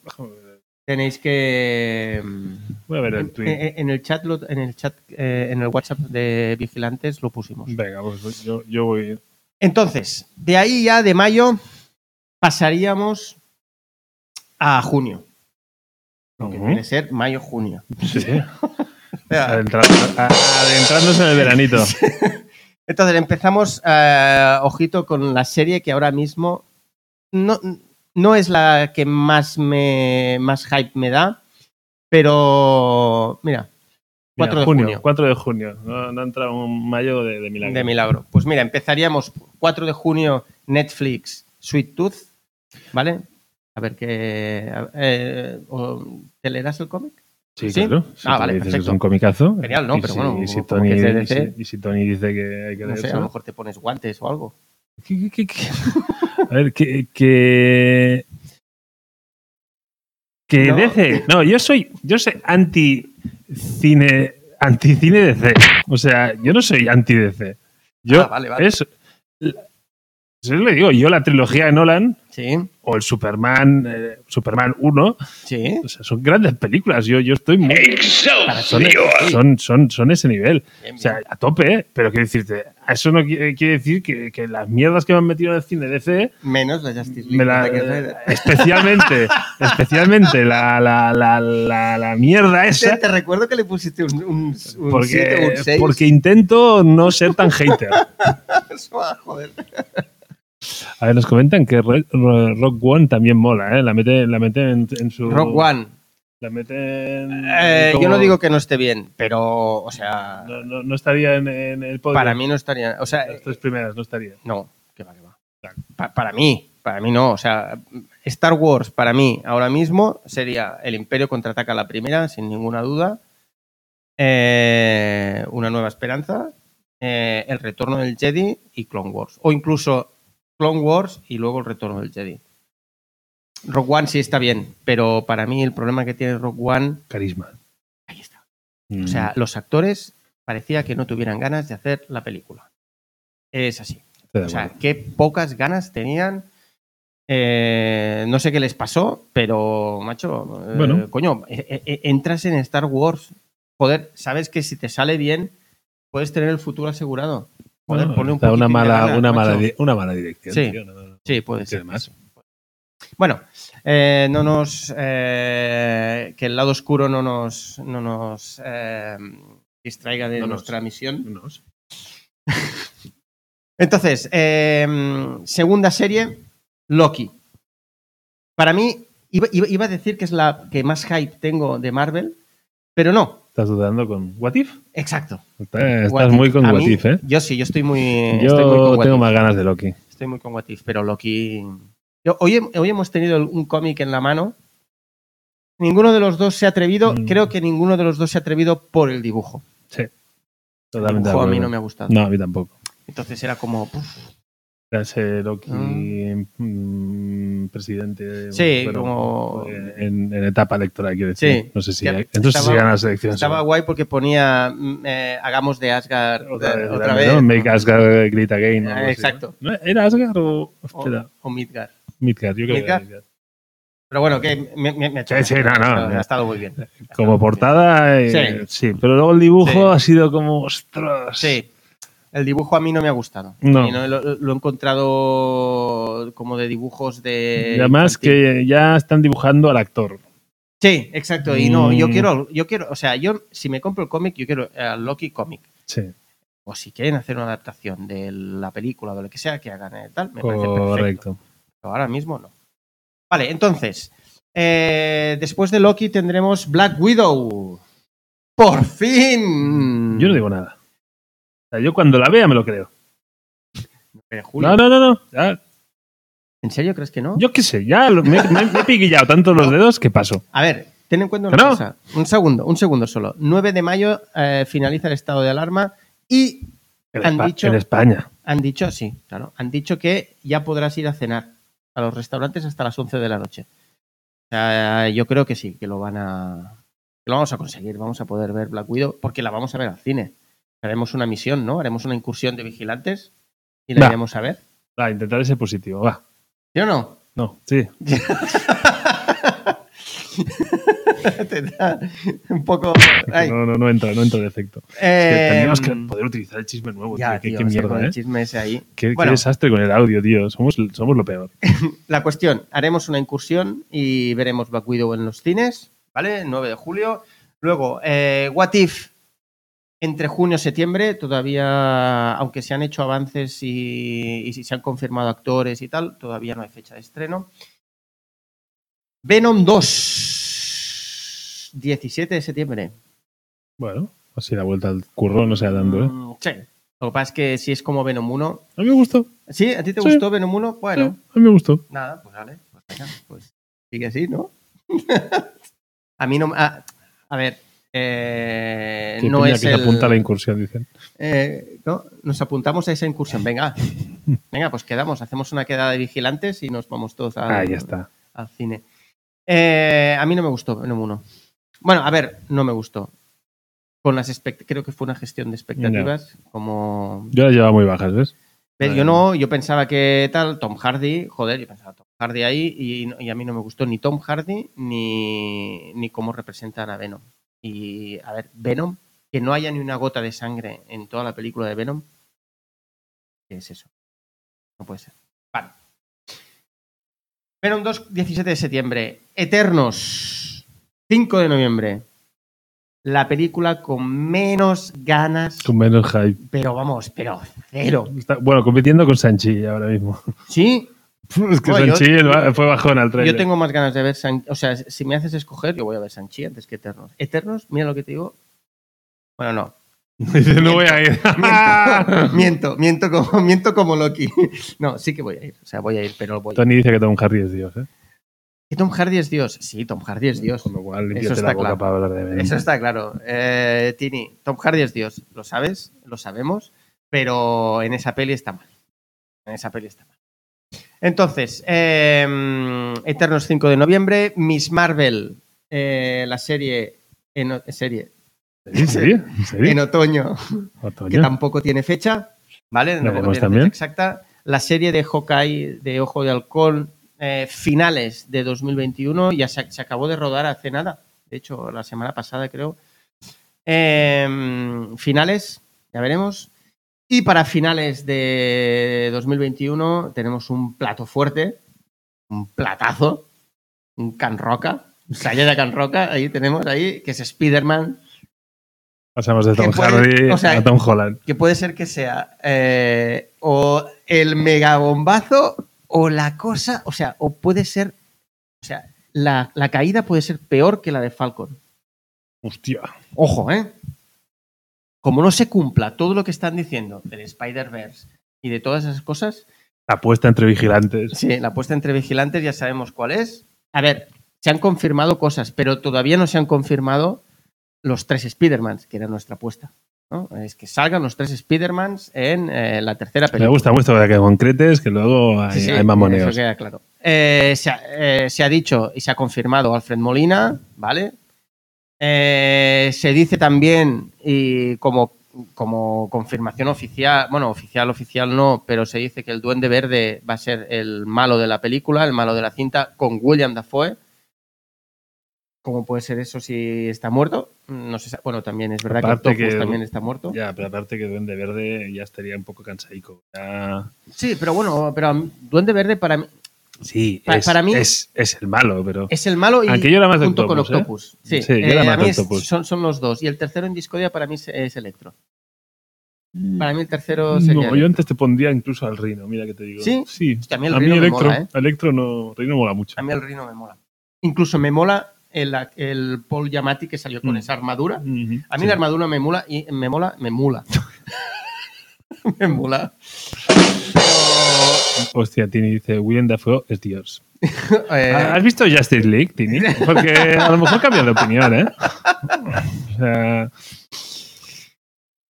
Speaker 3: tenéis que... mm,
Speaker 2: Voy a ver
Speaker 3: En,
Speaker 2: el tweet.
Speaker 3: en- en el chat, lo- en el chat, eh, en el WhatsApp de vigilantes lo pusimos.
Speaker 2: Venga, pues yo, yo voy.
Speaker 3: Entonces, de ahí ya de mayo pasaríamos a junio, lo que
Speaker 2: Ujú.
Speaker 3: viene a ser mayo-junio.
Speaker 2: Sí. Adentra- a- adentrarnos en el veranito.
Speaker 3: Entonces empezamos, eh, ojito, con la serie que ahora mismo no, no es la que más, me, más hype me da, pero mira, 4
Speaker 2: Mira,
Speaker 3: de
Speaker 2: junio,
Speaker 3: junio.
Speaker 2: 4 de junio. No, no entra un mayo de, de milagro.
Speaker 3: de milagro. Pues mira, empezaríamos 4 de junio Netflix Sweet Tooth, ¿vale? A ver qué... a- eh, o- ¿Te leerás el cómic?
Speaker 2: Sí,
Speaker 3: ¿Sí?
Speaker 2: claro. Si
Speaker 3: Ah,
Speaker 2: tú
Speaker 3: vale,
Speaker 2: dices que Es
Speaker 3: perfecto.
Speaker 2: un comicazo.
Speaker 3: Genial, ¿no?
Speaker 2: Y
Speaker 3: Pero
Speaker 2: si-
Speaker 3: bueno,
Speaker 2: y si,
Speaker 3: como
Speaker 2: Tony,
Speaker 3: que es de
Speaker 2: y si-
Speaker 3: DC.
Speaker 2: y si Tony dice que hay que
Speaker 3: No sé, a
Speaker 2: leérselo.
Speaker 3: lo mejor te pones guantes o algo.
Speaker 2: ¿Qué- qué- qué- A ver, que. Que, que
Speaker 3: No.
Speaker 2: DC. No, yo soy. Yo soy anti cine. Anti cine DC. O sea, yo no soy anti DC. Yo.
Speaker 3: Ah, vale, vale.
Speaker 2: Es, yo le digo, yo la trilogía de Nolan
Speaker 3: Sí,
Speaker 2: o el Superman, eh, Superman 1,
Speaker 3: sí.
Speaker 2: o sea, son grandes películas. Yo, yo estoy muy. Son, son, son, son ese nivel.
Speaker 3: Bien,
Speaker 2: O sea, a tope, ¿eh? pero quiero decirte, eso no qui- eh, quiere decir que, que las mierdas que me han metido en el cine DC,
Speaker 3: bien. Menos la Justice League.
Speaker 2: me la-
Speaker 3: de Zack Snyder.
Speaker 2: especialmente, especialmente la, la, la, la, la mierda
Speaker 3: Te,
Speaker 2: esa,
Speaker 3: te recuerdo que le pusiste un, un, un siete,
Speaker 2: porque,
Speaker 3: un 6.
Speaker 2: porque intento no ser tan hater.
Speaker 3: ah, Joder.
Speaker 2: A ver, nos comentan que Re- Ro- Rock One también mola, ¿eh? la meten la mete en, en su...
Speaker 3: Rock One.
Speaker 2: La meten...
Speaker 3: Eh,
Speaker 2: Uh, como-
Speaker 3: yo no digo que no esté bien, pero, o sea,
Speaker 2: No, no- no estaría en, en el podcast.
Speaker 3: para mí no estaría. O sea,
Speaker 2: Las tres primeras no estaría.
Speaker 3: no, que va, que va. Pa- para mí, para mí no. O sea, Star Wars para mí ahora mismo sería El Imperio contraataca la primera, sin ninguna duda. Eh, una nueva esperanza. eh, el retorno del Jedi y Clone Wars. O incluso Clone Wars y luego el retorno del Jedi. Rock One sí está bien, pero para mí el problema que tiene Rock One
Speaker 2: Carisma.
Speaker 3: Ahí está. O sea, los actores parecía que no tuvieran ganas de hacer la película. Es así.
Speaker 2: Estoy de acuerdo.
Speaker 3: O sea, qué pocas ganas tenían. Eh, no sé qué les pasó, pero, macho, eh,
Speaker 2: Bueno.
Speaker 3: coño, eh, eh, entras en Star Wars. Joder, sabes que si te sale bien, puedes tener el futuro asegurado. Joder,
Speaker 2: Bueno,
Speaker 3: ponle un
Speaker 2: está una
Speaker 3: poquitín de
Speaker 2: mala,
Speaker 3: ganas,
Speaker 2: una, mala
Speaker 3: macho.
Speaker 2: di- una mala dirección.
Speaker 3: Sí.
Speaker 2: tío, no, no, no
Speaker 3: Sí, puede ser.
Speaker 2: tiene más.
Speaker 3: Bueno, eh, no nos. eh, que el lado oscuro no nos. No nos eh, distraiga de
Speaker 2: No nos-
Speaker 3: nuestra misión.
Speaker 2: No sé.
Speaker 3: Entonces, eh, segunda serie, Loki. Para mí, iba, iba- iba a decir que es la que más hype tengo de Marvel, pero no.
Speaker 2: Estás dudando con What If.
Speaker 3: Exacto.
Speaker 2: Está-
Speaker 3: What
Speaker 2: estás
Speaker 3: If.
Speaker 2: muy con
Speaker 3: A
Speaker 2: What
Speaker 3: mí-
Speaker 2: If, ¿eh?
Speaker 3: Yo sí, yo estoy muy,
Speaker 2: Yo
Speaker 3: estoy muy con What
Speaker 2: tengo
Speaker 3: If.
Speaker 2: más ganas de Loki.
Speaker 3: Estoy muy con What If, pero Loki. Yo- hoy, hem- hoy hemos tenido un cómic en la mano. Ninguno de los dos se ha atrevido,
Speaker 2: Mm.
Speaker 3: creo que ninguno de los dos se ha atrevido por el dibujo. El
Speaker 2: Totalmente. de
Speaker 3: dibujo a mí
Speaker 2: acuerdo.
Speaker 3: no me ha gustado.
Speaker 2: No, a mí tampoco.
Speaker 3: Entonces era como. puf,
Speaker 2: Era ese Loki
Speaker 3: Mm.
Speaker 2: mm, presidente.
Speaker 3: Sí,
Speaker 2: pero,
Speaker 3: como-
Speaker 2: eh, En, en etapa electoral, quiero decir.
Speaker 3: Sí.
Speaker 2: No sé si,
Speaker 3: Ya,
Speaker 2: entonces
Speaker 3: estaba-
Speaker 2: si ganan las elecciones.
Speaker 3: Estaba
Speaker 2: o-
Speaker 3: guay porque ponía mm, eh, hagamos de Asgard eh,
Speaker 2: otra
Speaker 3: otra
Speaker 2: vez.
Speaker 3: vez.
Speaker 2: ¿no? Make Asgard Great Again. o
Speaker 3: Ah,
Speaker 2: algo así,
Speaker 3: exacto.
Speaker 2: ¿no? ¿No? ¿Era Asgard o.?
Speaker 3: O,
Speaker 2: Espera.
Speaker 3: o Midgard.
Speaker 2: Midgard, yo creo
Speaker 3: Oh. Midgard.
Speaker 2: que era Midgard.
Speaker 3: Pero bueno, que me, me- me ha hecho.
Speaker 2: Sí, sí, no, no,
Speaker 3: Ha-
Speaker 2: no.
Speaker 3: Ha estado muy bien.
Speaker 2: Como portada, eh, sí. pero luego el dibujo
Speaker 3: Sí.
Speaker 2: ha sido como, ostras.
Speaker 3: Sí. El dibujo a mí no me ha gustado.
Speaker 2: No.
Speaker 3: Y lo, lo he encontrado como de dibujos de.
Speaker 2: Y además
Speaker 3: eh, infantil.
Speaker 2: que ya están dibujando al actor.
Speaker 3: Sí, exacto. Y no, yo
Speaker 2: Mm.
Speaker 3: quiero, yo quiero, o sea, yo si me compro el cómic, yo quiero eh, Loki cómic.
Speaker 2: Sí,
Speaker 3: O si quieren hacer una adaptación de la película o de lo que sea que hagan eh, tal, me parece perfecto.
Speaker 2: correcto.
Speaker 3: Pero ahora mismo no. Vale, entonces, eh, después de Loki tendremos Black Widow. ¡Por fin!
Speaker 2: Yo no digo
Speaker 3: Mm.
Speaker 2: nada. O sea, yo cuando la vea me lo creo.
Speaker 3: Pero, Julio,
Speaker 2: No, no, no, no. Ya,
Speaker 3: ¿En serio crees que no?
Speaker 2: yo qué sé, ya lo- me, me- me he piquillado tanto los dedos que paso.
Speaker 3: A ver, ten en cuenta una
Speaker 2: ¿Que no?
Speaker 3: cosa. Un segundo, un segundo solo. 9 de mayo eh, finaliza el estado de alarma y
Speaker 2: En,
Speaker 3: Han
Speaker 2: Espa-
Speaker 3: dicho-
Speaker 2: en España.
Speaker 3: han dicho, sí, claro, han dicho que ya podrás ir a cenar a los restaurantes hasta las 11 de la noche. O sea, yo creo que sí, que lo van a. que lo vamos a conseguir, vamos a poder ver Black Widow, porque la vamos a ver al cine. Haremos una misión, ¿no? Haremos una incursión de vigilantes y la
Speaker 2: Va.
Speaker 3: iremos a ver.
Speaker 2: Va, intentaré ser positivo, va.
Speaker 3: ¿Sí o no?
Speaker 2: No, sí.
Speaker 3: Te da un poco. ay.
Speaker 2: No, no, no entra, no entra defecto.
Speaker 3: Eh,
Speaker 2: Tenemos que poder utilizar el chisme nuevo.
Speaker 3: ya,
Speaker 2: tío, qué- qué
Speaker 3: tío, es que con
Speaker 2: mierda,
Speaker 3: el
Speaker 2: ¿eh?
Speaker 3: chisme ese ahí.
Speaker 2: Qué, qué
Speaker 3: Bueno.
Speaker 2: desastre con el audio, tío. Somos, somos lo peor.
Speaker 3: La cuestión, haremos una incursión y veremos Black Widow en los cines, ¿vale? 9 de julio. Luego, eh, What If, entre junio y septiembre, todavía, aunque se han hecho avances y, y si se han confirmado actores y tal, todavía no hay fecha de estreno. Venom 2, 17 de septiembre.
Speaker 2: Bueno, así la vuelta al currón no se va dando, ¿eh?
Speaker 3: Mm, Sí. Lo que pasa es que si es como Venom 1.
Speaker 2: A mí me gustó.
Speaker 3: ¿Sí? ¿A ti te
Speaker 2: Sí.
Speaker 3: gustó Venom 1? Bueno,
Speaker 2: sí, a mí me gustó.
Speaker 3: Nada, pues vale, pues venga, pues sigue así, ¿no? a mí no. A, a ver, eh,
Speaker 2: Qué
Speaker 3: no
Speaker 2: peña
Speaker 3: es.
Speaker 2: que
Speaker 3: el-
Speaker 2: se apunta a la incursión, dicen.
Speaker 3: eh, no, nos apuntamos a esa incursión, venga. Venga, pues quedamos, hacemos una quedada de vigilantes y nos vamos todos al,
Speaker 2: Ah, ya está.
Speaker 3: al cine. Eh, a mí no me gustó Venom 1. Bueno, a ver, no me gustó. Con las expect- creo que fue una gestión de expectativas, como
Speaker 2: Yo la llevaba muy bajas, ¿ves?
Speaker 3: ¿Ves?
Speaker 2: Ay.
Speaker 3: Yo no, yo pensaba que tal, Tom Hardy, joder, yo pensaba Tom Hardy ahí y, no- y a mí no me gustó ni Tom Hardy ni, ni cómo representan a Venom. Y a ver, Venom, que no haya ni una gota de sangre en toda la película de Venom, ¿qué es eso? No puede ser. Vale. Venom 2, 17 de septiembre. Eternos, 5 de noviembre. La película con menos ganas,
Speaker 2: Con menos hype.
Speaker 3: pero vamos, pero cero.
Speaker 2: Está- bueno, compitiendo con Sanchi ahora mismo.
Speaker 3: Sí,
Speaker 2: es que
Speaker 3: Bueno, yo-
Speaker 2: Sanchi el- fue bajón al trailer.
Speaker 3: Yo tengo más ganas de ver Sanchi. O sea, si me haces escoger, yo voy a ver Sanchi antes que Eternos. Eternos, mira lo que te digo. Bueno, no.
Speaker 2: Dice, no voy a ir. ¡Ah!
Speaker 3: Miento, miento, miento como, miento como Loki. No, sí que voy a ir. O sea, voy a ir, pero voy a ir.
Speaker 2: Tony dice que Tom Hardy es Dios, ¿eh?
Speaker 3: ¿Que Tom Hardy es Dios? Sí, Tom Hardy es Dios.
Speaker 2: Con lo cual,
Speaker 3: Eso
Speaker 2: límpiate
Speaker 3: está
Speaker 2: la boca
Speaker 3: claro.
Speaker 2: para hablar de Venom.
Speaker 3: Eso está claro. Eh, Tini, Tom Hardy es Dios. Lo sabes, lo sabemos, pero en esa peli está mal. En esa peli está mal. Entonces, eh, Eternos 5 de noviembre, Miss Marvel, eh, la serie en, o- serie
Speaker 2: ¿En serio? ¿En serio?
Speaker 3: en otoño,
Speaker 2: Otoño.
Speaker 3: que tampoco tiene fecha, ¿vale?
Speaker 2: La
Speaker 3: Tampoco
Speaker 2: veremos
Speaker 3: tiene
Speaker 2: también.
Speaker 3: fecha exacta. La serie de Hawkeye de Ojo de Halcón, eh, finales de 2021, ya se, se acabó de rodar hace nada. De hecho, la semana pasada creo. Eh, finales, ya veremos. Y para finales de 2021 tenemos un plato fuerte, un platazo, un Can Roca, un taller de Can Roca, ahí tenemos, ahí, que es Spider-Man
Speaker 2: Pasamos de Tom
Speaker 3: que puede-
Speaker 2: Hardy
Speaker 3: o sea,
Speaker 2: a Tom Holland.
Speaker 3: que puede ser que sea eh, o el megabombazo o la cosa, o sea, o puede ser, o sea, la, la caída puede ser peor que la de Falcon.
Speaker 2: Hostia.
Speaker 3: Ojo, ¿eh? Como no se cumpla todo lo que están diciendo del Spider-Verse y de todas esas cosas,
Speaker 2: Apuesta entre vigilantes.
Speaker 3: sí, la apuesta entre vigilantes ya sabemos cuál es. A ver, se han confirmado cosas, pero todavía no se han confirmado los tres Spider-Mans, que era nuestra apuesta. ¿no? Es que salgan los tres Spider-Mans en eh, la tercera
Speaker 2: Me
Speaker 3: película.
Speaker 2: gusta mucho que concretes, que luego hay,
Speaker 3: Sí, sí,
Speaker 2: hay mamoneos.
Speaker 3: eso queda claro. Eh, se, ha, eh, se ha dicho y se ha confirmado Alfred Molina, ¿vale? Eh, se dice también, y como, como confirmación oficial, bueno, oficial, oficial no, pero se dice que el Duende Verde va a ser el malo de la película, el malo de la cinta, con William Dafoe. ¿Cómo puede ser eso si está muerto? No sé, si- bueno, también es verdad
Speaker 2: Aparte
Speaker 3: que Octopus
Speaker 2: que-
Speaker 3: también está muerto.
Speaker 2: Ya, pero aparte que Duende Verde ya estaría un poco cansaico. Ya...
Speaker 3: Sí, pero bueno, pero a mí- Duende Verde para mí.
Speaker 2: Sí,
Speaker 3: Pa-
Speaker 2: es,
Speaker 3: para mí-
Speaker 2: es, es el malo, pero.
Speaker 3: Es el malo y
Speaker 2: Aquello era más de
Speaker 3: junto con
Speaker 2: Octopus,
Speaker 3: Octopus. Sí,
Speaker 2: Sí, yo era
Speaker 3: Eh,
Speaker 2: más
Speaker 3: a mí
Speaker 2: de
Speaker 3: es-
Speaker 2: Octopus.
Speaker 3: son, son los dos. Y el tercero en Discordia para mí es, es Electro. Para mí el tercero sería.
Speaker 2: no, yo antes te pondría incluso al Rino, mira que te digo.
Speaker 3: ¿Sí?
Speaker 2: Sí.
Speaker 3: Hostia, a mí el
Speaker 2: a mí
Speaker 3: Rhino me
Speaker 2: Electro,
Speaker 3: mola, ¿eh?
Speaker 2: Electro no, Rino mola mucho.
Speaker 3: A mí el Rino me mola. Incluso me mola el, el Paul Yamati que salió con
Speaker 2: Mm.
Speaker 3: esa armadura.
Speaker 2: Ujú,
Speaker 3: A mí
Speaker 2: sí.
Speaker 3: la armadura me mola y me mola, me mola. me mola.
Speaker 2: Hostia, Tini dice, William Dafoe es Dios.
Speaker 3: Eh,
Speaker 2: ¿Has visto Justice League, Tini? Porque a lo mejor cambias de opinión, ¿eh? O sea,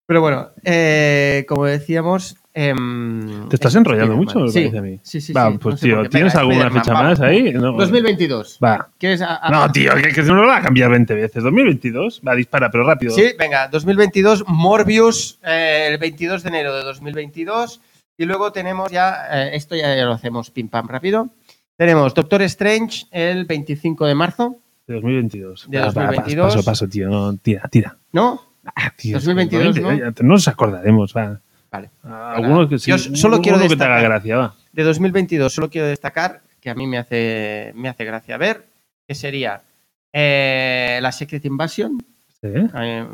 Speaker 3: pero bueno, eh, como decíamos. em,
Speaker 2: ¿Te estás
Speaker 3: es
Speaker 2: enrollando mucho,
Speaker 3: Spider-Man.
Speaker 2: me
Speaker 3: Sí,
Speaker 2: parece a mí?
Speaker 3: Sí, sí,
Speaker 2: va,
Speaker 3: sí,
Speaker 2: pues
Speaker 3: no sé
Speaker 2: tío,
Speaker 3: por qué.
Speaker 2: ¿tienes
Speaker 3: Venga,
Speaker 2: alguna
Speaker 3: Spider-Man,
Speaker 2: fecha
Speaker 3: vamos.
Speaker 2: más ahí? No,
Speaker 3: 2022.
Speaker 2: Va.
Speaker 3: ¿Quieres a- a-
Speaker 2: No, tío, que, que no lo va a cambiar 20 veces. 2022, va, dispara, pero rápido.
Speaker 3: Sí, venga, 2022, Morbius, eh, el 22 de enero de 2022. Y luego tenemos ya, eh, esto ya lo hacemos pim pam rápido. Tenemos Doctor Strange el 25 de marzo,
Speaker 2: De 2022.
Speaker 3: De
Speaker 2: Va, va, va,
Speaker 3: 2022.
Speaker 2: paso, paso, tío. No, tira, tira.
Speaker 3: ¿no?
Speaker 2: Ah, tío,
Speaker 3: 2022,
Speaker 2: tío,
Speaker 3: ¿no?
Speaker 2: ya te- no nos acordaremos, va.
Speaker 3: Vale.
Speaker 2: Ah, Algunos que sí.
Speaker 3: Yo solo
Speaker 2: alguno
Speaker 3: quiero
Speaker 2: que te haga
Speaker 3: destacar-
Speaker 2: gracia, va.
Speaker 3: De 2022 solo quiero destacar, que a mí me hace, me hace gracia ver, que sería eh, la Secret Invasion.
Speaker 2: ¿Eh?
Speaker 3: Eh,